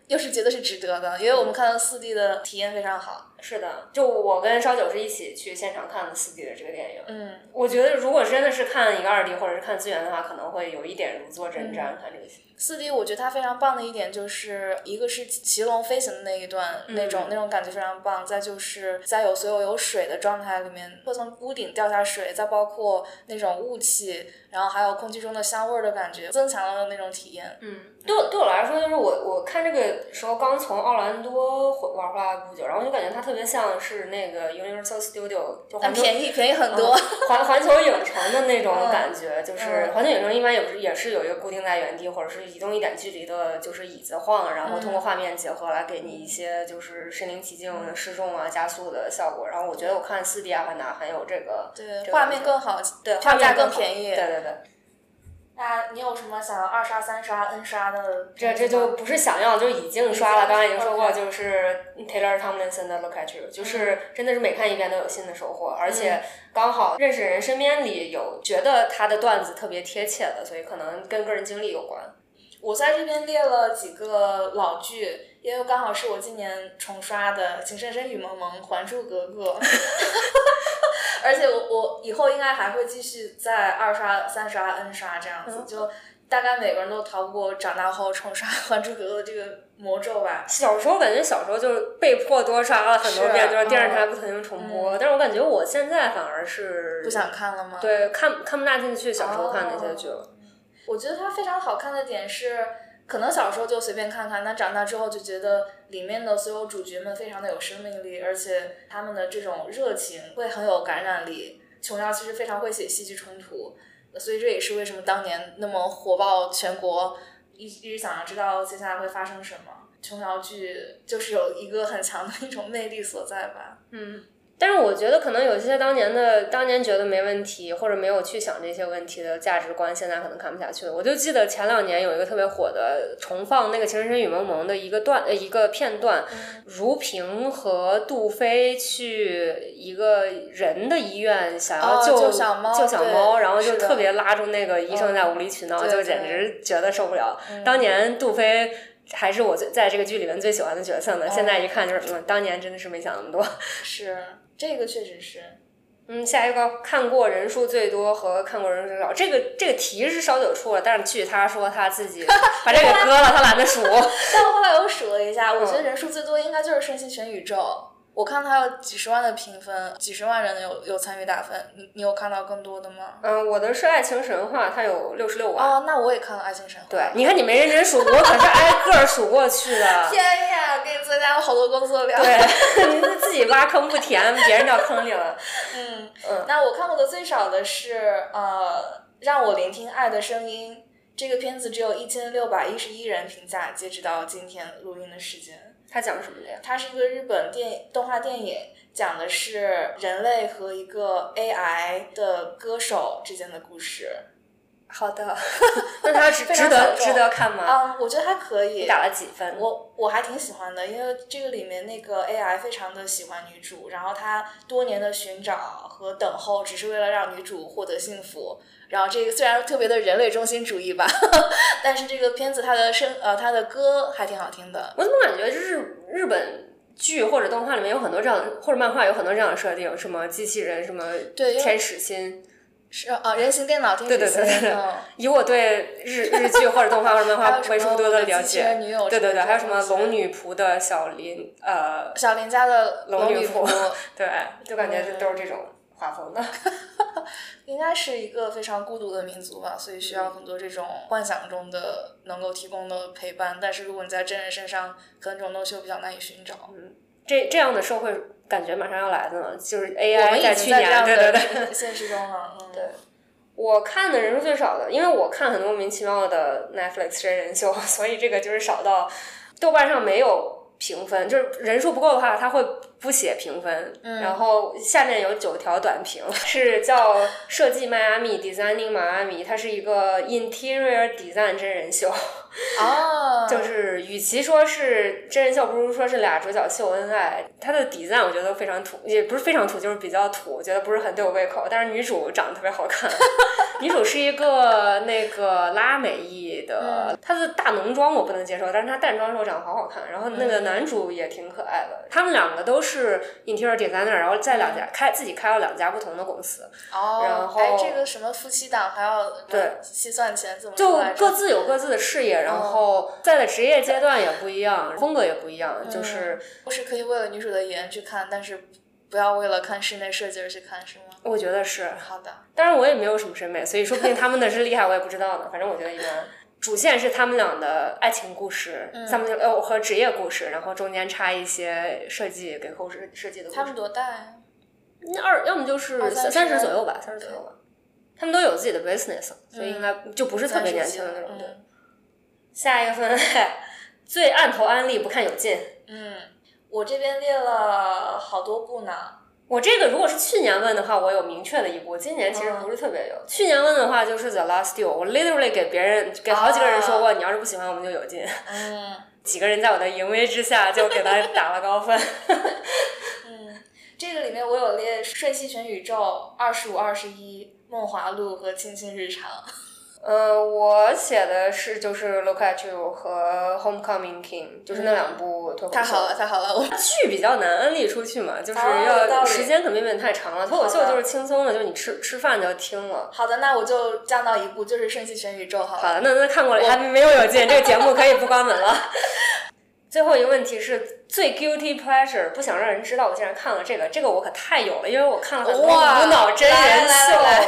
[SPEAKER 1] 又是觉得是值得的，因为我们看到四 D 的体验非常好。
[SPEAKER 2] 是的，就我跟烧酒是一起去现场看的四 D 的这个电影。
[SPEAKER 1] 嗯，
[SPEAKER 2] 我觉得如果真的是看一个二 D 或者是看资源的话，可能会有一点如坐针
[SPEAKER 1] 嗯
[SPEAKER 2] 毡看这个戏。
[SPEAKER 1] 四 D 我觉得它非常棒的一点就是，一个是骑龙飞行的那一段，那
[SPEAKER 2] 嗯
[SPEAKER 1] 种那种感觉非常棒；再就是在有所有有水的状态里面，会从屋顶掉下水，再包括那种雾气，然后还有空气中的香味儿的感觉，增强了那种体验。
[SPEAKER 2] 嗯，对我对我来说，就是我我看这个时候刚从奥兰多回玩回来不久，然后就感觉它特别像是那个 Universal Studio 就
[SPEAKER 1] 但
[SPEAKER 2] 环球
[SPEAKER 1] 便宜便宜很
[SPEAKER 2] 嗯
[SPEAKER 1] 多，
[SPEAKER 2] 环环球影城的那种
[SPEAKER 1] 嗯
[SPEAKER 2] 感觉，就是环球影城一般也不是也是有一个固定在原地或者是移动一点距离的，就是椅子晃，然后通
[SPEAKER 1] 嗯
[SPEAKER 2] 过画面结合来给你一些就是身临其境的失重啊、加速的效果。然后我觉得我看四 D 啊阿凡达很有这个
[SPEAKER 1] 对，画面更好，
[SPEAKER 2] 对
[SPEAKER 1] 票价
[SPEAKER 2] 更
[SPEAKER 1] 更便宜
[SPEAKER 2] 对对对，
[SPEAKER 1] 那你有什么想要二刷、三刷、N 刷的？
[SPEAKER 2] 这这就不是想要，就已经刷了。刚才已经说过，
[SPEAKER 1] OK
[SPEAKER 2] 就是 Taylor Tomlinson 的《Look at You》，就是
[SPEAKER 1] 嗯
[SPEAKER 2] 真的是每看一遍都有新的收获，而且刚好认识人身边里有觉得他的段子特别贴切的，所以可能跟个人经历有关。
[SPEAKER 1] 我在这边列了几个老剧，因为刚好是我今年重刷的《情深深雨蒙蒙》《还珠格 格》，而且我我以后应该还会继续再二刷、三刷、N 刷这样子，就大概每个人都逃不过长大后重刷《还珠格格》这个魔咒吧。
[SPEAKER 2] 小时候感觉小时候就是被迫多刷了很多遍，
[SPEAKER 1] 是啊嗯
[SPEAKER 2] 就是电视台不停地重播。但是我感觉我现在反而是
[SPEAKER 1] 不想看了吗？哦
[SPEAKER 2] 对看看不大进去小时候看那些剧了。
[SPEAKER 1] 我觉得它非常好看的点是，可能小时候就随便看看，但长大之后就觉得里面的所有主角们非常的有生命力，而且他们的这种热情会很有感染力。琼瑶其实非常会写戏剧冲突，所以这也是为什么当年那么火爆全国，一一直想要知道接下来会发生什么。琼瑶剧就是有一个很强的一种魅力所在吧。
[SPEAKER 2] 嗯，但是我觉得可能有些当年的当年觉得没问题，或者没有去想这些问题的价值观，现在可能看不下去了。我就记得前两年有一个特别火的重放那个《情深深雨蒙蒙》的一个段呃一个片段，
[SPEAKER 1] 嗯
[SPEAKER 2] 如萍和杜飞去一个人的医院想要
[SPEAKER 1] 哦
[SPEAKER 2] 救、
[SPEAKER 1] 救小猫
[SPEAKER 2] 救小猫
[SPEAKER 1] 对
[SPEAKER 2] 然后
[SPEAKER 1] 是
[SPEAKER 2] 就
[SPEAKER 1] 的嗯
[SPEAKER 2] 特别拉住那个医生在无理取闹，
[SPEAKER 1] 对
[SPEAKER 2] 就
[SPEAKER 1] 对
[SPEAKER 2] 简直觉得受不了。
[SPEAKER 1] 嗯
[SPEAKER 2] 当年杜飞。还是我最在这个剧里面最喜欢的角色
[SPEAKER 1] 哦
[SPEAKER 2] 呢。现在一看就是，嗯，当年真的是没想那么多。
[SPEAKER 1] 是，这个确实是。
[SPEAKER 2] 嗯，下一个看过人数最多和看过人数最少，这个这个题是烧酒出了，但是据他说他自 己把这个割了，他懒得数。
[SPEAKER 1] 但我后来我数了一下，我
[SPEAKER 2] 嗯
[SPEAKER 1] 觉得人数最多应该就是《瞬息全宇宙》，我看它有几十万的评分，几十万人有有参与打分。你你有看到更多的吗？
[SPEAKER 2] 嗯，我的是爱情神话，它有六十六万。
[SPEAKER 1] 哦，那我也看了《爱情神话》。
[SPEAKER 2] 对，你看你没认真数，我可是挨个儿数过去的。
[SPEAKER 1] 天呀，给你增加了好多工作量。
[SPEAKER 2] 对， 你是自己挖坑不填，别人掉坑里了。
[SPEAKER 1] 嗯，那我看过的最少的是呃，让我聆听爱的声音。这个片子只有一千六百一十一人评价，截止到今天录音的时间。
[SPEAKER 2] 他讲什么的呀？
[SPEAKER 1] 它是一个日本电影动画电影，讲的是人类和一个 AI 的歌手之间的故事。
[SPEAKER 2] 好的，那他值
[SPEAKER 1] 非常
[SPEAKER 2] 值得
[SPEAKER 1] 小众
[SPEAKER 2] 值得看吗？
[SPEAKER 1] 嗯，我觉得还可以
[SPEAKER 2] 你。打了几分？
[SPEAKER 1] 我我还挺喜欢的，因为这个里面那个 AI 非常的喜欢女主，然后她多年的寻找和等候，只是为了让女主获得幸福。然后这个虽然特别的人类中心主义吧， 但是这个片子它的声呃它的歌还挺好听的。
[SPEAKER 2] 我怎么感觉就是日本剧或者动画里面有很多这样，或者漫画有很多这样的设定，什么机器人，什么
[SPEAKER 1] 对因为
[SPEAKER 2] 天使心，
[SPEAKER 3] 是
[SPEAKER 1] 呃
[SPEAKER 3] 啊，人形电脑天
[SPEAKER 2] 对
[SPEAKER 3] 使
[SPEAKER 2] 对
[SPEAKER 3] 心
[SPEAKER 2] 对对对
[SPEAKER 3] 嗯
[SPEAKER 2] 以我对日日剧或者动画或者漫
[SPEAKER 3] 还有
[SPEAKER 2] 画
[SPEAKER 3] 什么
[SPEAKER 2] 为数不多的
[SPEAKER 3] 我的
[SPEAKER 2] 了
[SPEAKER 3] 机器人
[SPEAKER 2] 解
[SPEAKER 3] 女友，
[SPEAKER 2] 对对
[SPEAKER 3] 之类
[SPEAKER 2] 对，还有
[SPEAKER 3] 的
[SPEAKER 2] 什么
[SPEAKER 3] 东西
[SPEAKER 2] 龙女仆的小林，呃，
[SPEAKER 3] 小林家的
[SPEAKER 2] 龙
[SPEAKER 3] 女
[SPEAKER 2] 女仆
[SPEAKER 3] 仆，
[SPEAKER 2] 对，就感觉
[SPEAKER 3] 嗯
[SPEAKER 2] 这都是这种画风的。
[SPEAKER 1] 应该是一个非常孤独的民族吧，所以需要很多这种幻想中的能够提供的陪伴。但是如果你在真人身上，可能这种东西又比较难以寻找。
[SPEAKER 2] 这这样的社会感觉马上要来的呢，就是
[SPEAKER 3] 我们
[SPEAKER 2] AI
[SPEAKER 3] 已经
[SPEAKER 2] 去
[SPEAKER 3] 在这
[SPEAKER 2] 年，
[SPEAKER 3] 样
[SPEAKER 2] 对
[SPEAKER 3] 的
[SPEAKER 2] 对对。
[SPEAKER 1] 现实中了， 嗯，对，
[SPEAKER 2] 我看的人是最少的，因为我看很多莫名其妙的 Netflix 真人秀， 所以这个就是少到豆瓣上没有评分，就是人数不够的话，它会不写评分。然后下面有九条短评，是叫《设计迈阿密 （Designing Miami）》，它是一个 interior design 真人秀。
[SPEAKER 3] 哦，
[SPEAKER 1] 嗯
[SPEAKER 2] 就是与其说是真人秀，不如说是俩主角秀恩爱。她的底啊赞我觉得非常土，也不是非常土，就是比较土，我觉得不是很对我胃口。但是女主长得特别好看， 女主是一个那个拉美裔的，她的大浓妆我不能接受，但是她淡妆时候长得好好看。然后那个男主也挺可爱的，他们两个都是 interior designer，然后在两家开自己开了两家不同的公司，
[SPEAKER 3] 哦，
[SPEAKER 2] 然后
[SPEAKER 3] 哎，这个什么夫妻档还要
[SPEAKER 2] 对
[SPEAKER 3] 计算钱怎么
[SPEAKER 2] 就
[SPEAKER 3] 说来着
[SPEAKER 2] 各自有各自的事业，然后在的职业阶段也不一样，风格也不一样，就是。
[SPEAKER 3] 故事可以为了女主的颜去看，但是不要为了看室内设计而去看，是吗？
[SPEAKER 2] 我觉得是，
[SPEAKER 3] 好的，
[SPEAKER 2] 当然我也没有什么审美，所以说不定他们的是厉害，我也不知道呢。反 正我觉得一般。主线是他们俩的爱情故事，
[SPEAKER 3] 嗯
[SPEAKER 2] 他们呃和职业故事，然后中间插一些设计给后世设计的故
[SPEAKER 3] 他们
[SPEAKER 2] 事。
[SPEAKER 3] 多大呀？
[SPEAKER 2] 那二要么就是
[SPEAKER 3] 二三
[SPEAKER 2] 三
[SPEAKER 3] 十
[SPEAKER 2] 十左右吧，三十左右吧。他们都有自己的 business，所以应该就不是特别年轻的那种。
[SPEAKER 3] 嗯
[SPEAKER 2] 对，下一个分类， 最按头安利不看有劲。
[SPEAKER 1] 嗯，我这边列了好多部呢，
[SPEAKER 2] 我这个如果是去年问的话，我有明确的一步，今年其实不是特别有。去年问的话就是 The Last Duel，我 literally 给别人给好几个人说过，你要是不喜欢我们就有劲。
[SPEAKER 1] 嗯
[SPEAKER 2] 几个人在我的淫威之下就给他打了高分。
[SPEAKER 1] 嗯，这个里面我有列《瞬息全宇宙》《二十五二十一》《梦华录》和《青青日常》。
[SPEAKER 2] 呃，我写的是就是《Look at You》和《Homecoming King》，就是那两部脱口秀。
[SPEAKER 3] 太好了，太好了，我
[SPEAKER 2] 剧比较难安利出去嘛，就是
[SPEAKER 1] 哦有道
[SPEAKER 2] 要
[SPEAKER 1] 理
[SPEAKER 2] 时间 commitment 太长了。脱口秀
[SPEAKER 1] 好的
[SPEAKER 2] 就是轻松的，就是你吃吃饭就听了。
[SPEAKER 1] 好的，那我就降到一部，就是《瞬息全宇宙》好
[SPEAKER 2] 好
[SPEAKER 1] 了。
[SPEAKER 2] 了，那那看过了，还没有有劲，这个节目可以不关 门了。最后一个问题是最 guilty pleasure，不想让人知道我竟然看了这个，这个我可太有了，因为我看了很多
[SPEAKER 3] 哇
[SPEAKER 2] 无脑真人秀
[SPEAKER 3] 来来来 来，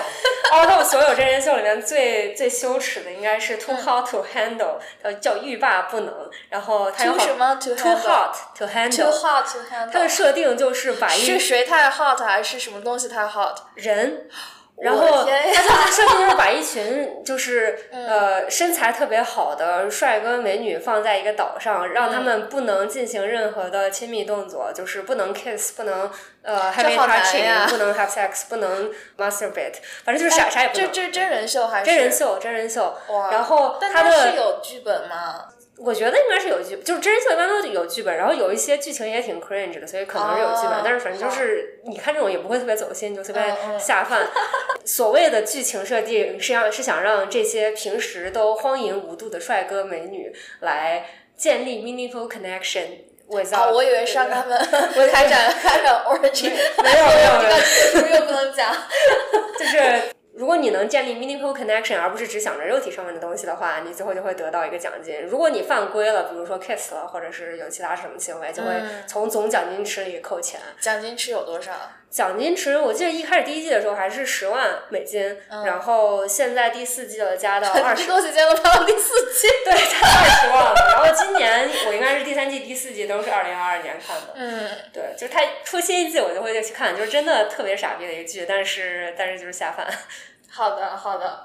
[SPEAKER 2] 哦，那我所有真人秀里面最最羞耻的应该是 Too Hot to Handle，叫叫欲罢不能，然后它有
[SPEAKER 3] too
[SPEAKER 2] 好
[SPEAKER 3] 什么 too
[SPEAKER 2] Too Hot to
[SPEAKER 3] too
[SPEAKER 2] Handle，
[SPEAKER 3] hot to handle，
[SPEAKER 2] 它的设定就是
[SPEAKER 1] 嗯
[SPEAKER 2] 把一
[SPEAKER 3] 是谁太 hot 还是什么东西太 hot？
[SPEAKER 2] 人，然
[SPEAKER 3] 我的
[SPEAKER 2] 后
[SPEAKER 3] 天嗯
[SPEAKER 2] 他就是设定就是把一群就是呃身材特别好的帅哥美女放在一个岛上，让他
[SPEAKER 3] 嗯
[SPEAKER 2] 们不能进行任何的亲密动作，就是不能 kiss，不能呃 heavy
[SPEAKER 3] 好难
[SPEAKER 2] touching，
[SPEAKER 3] 呀哎
[SPEAKER 2] 不能 have sex，不能 masturbate，反正就是啥啥也不
[SPEAKER 3] 这
[SPEAKER 2] 能。
[SPEAKER 3] 这真人秀还是
[SPEAKER 2] 真人？秀，真人秀，
[SPEAKER 3] 哇
[SPEAKER 2] 然后
[SPEAKER 3] 但
[SPEAKER 2] 他
[SPEAKER 3] 它是
[SPEAKER 2] 的啊
[SPEAKER 3] 有剧本吗？
[SPEAKER 2] 我觉得应该是有剧，就是真人秀一般都有剧本，然后有一些剧情也挺 cringe 的，所以可能是有剧本，
[SPEAKER 3] 哦
[SPEAKER 2] 但是反正就是你看这种也不会特别走心，你就随便
[SPEAKER 3] 嗯嗯
[SPEAKER 2] 下饭。 所谓的剧情设定是让是想让这些平时都荒淫无度的帅哥美女来建立 meaningful connection。我
[SPEAKER 3] 哦，我以为是让他们 开展开展 orgy，
[SPEAKER 2] 没有 没有没有，
[SPEAKER 3] 这个又不能讲。
[SPEAKER 2] 就是如果你能建立 meaningful connection，而不是只想着肉体上面的东西的话，你最后就会得到一个奖金。如果你犯规了，比如说 kiss 了，或者是有其他什么行为，就会从总奖金池里扣钱。
[SPEAKER 3] 奖金池有多少？
[SPEAKER 2] 奖金池我记得一开始第一季的时候还是十万美金，然后现在第四季了 加到二
[SPEAKER 3] 这
[SPEAKER 2] 十，
[SPEAKER 3] 东西结果到第四季。
[SPEAKER 2] 对，加到二十万了。然后今年我应该是第三季、第四季都是二零二二年看的。
[SPEAKER 3] 嗯，
[SPEAKER 2] 对，就是它出新一季我就会去看，就是真的特别傻逼的一个剧，但是但是就是下饭。
[SPEAKER 1] 好的，好的。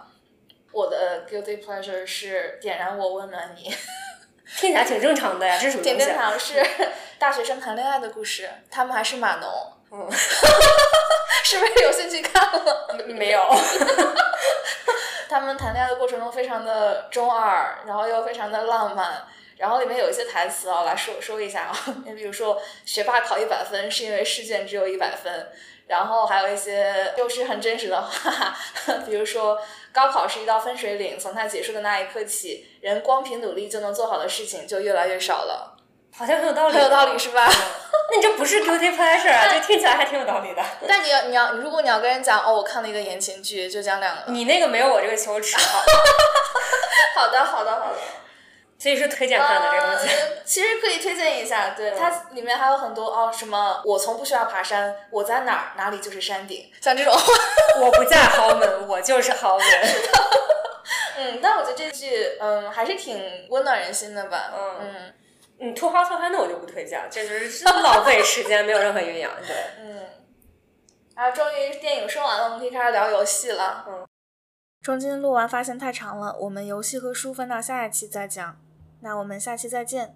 [SPEAKER 1] 我的 guilty pleasure 是点燃我温暖你，
[SPEAKER 2] 听起来挺正常的呀，这是什么
[SPEAKER 1] 点
[SPEAKER 2] 东西
[SPEAKER 1] 正
[SPEAKER 2] 啊？
[SPEAKER 1] 常是
[SPEAKER 3] 大学生谈恋爱的故事，他们还是码农，
[SPEAKER 2] 嗯，
[SPEAKER 3] 是不是有兴趣看了？
[SPEAKER 2] 没有。
[SPEAKER 1] 他们谈恋爱的过程中非常的中二，然后又非常的浪漫。然后里面有一些台词啊，我来说说一下啊。 你比如说，学霸考一百分是因为试卷只有一百分，然后还有一些就是很真实的话， 比如说高考是一道分水岭，从它结束的那一刻起，人光凭努力就能做好的事情就越来越少了。
[SPEAKER 2] 好像很有道理，嗯
[SPEAKER 1] 很有道理是吧？
[SPEAKER 2] 那你这不是 guilty pleasure 啊？这听起来还挺有道理的。
[SPEAKER 1] 但你要你要，如果你要跟人讲哦，我看了一个言情剧，就讲两个。
[SPEAKER 2] 你那个没有我这个羞 耻，好
[SPEAKER 1] 好的，好的，好的。
[SPEAKER 2] 所以是推荐看的这嗯东西。
[SPEAKER 1] 呃其实可以推荐一下，对、它里面还有很多哦，什么我从不需要爬山，我在哪儿哪里就是山顶，像 这种。
[SPEAKER 2] 我不嫁豪门，我就是豪门。
[SPEAKER 1] 嗯，但我觉得这剧嗯还是挺温暖人心的吧。
[SPEAKER 2] 嗯
[SPEAKER 1] 嗯
[SPEAKER 2] 嗯，兔花兔憨的我就不推荐，了，简直是浪费时间，没有任何营养。对，
[SPEAKER 1] 嗯。啊，终于电影说完了，我们可以开始聊游戏了。
[SPEAKER 2] 嗯。
[SPEAKER 1] 中间录完发现太长了，我们游戏和书分到下一期再讲。那我们下期再见。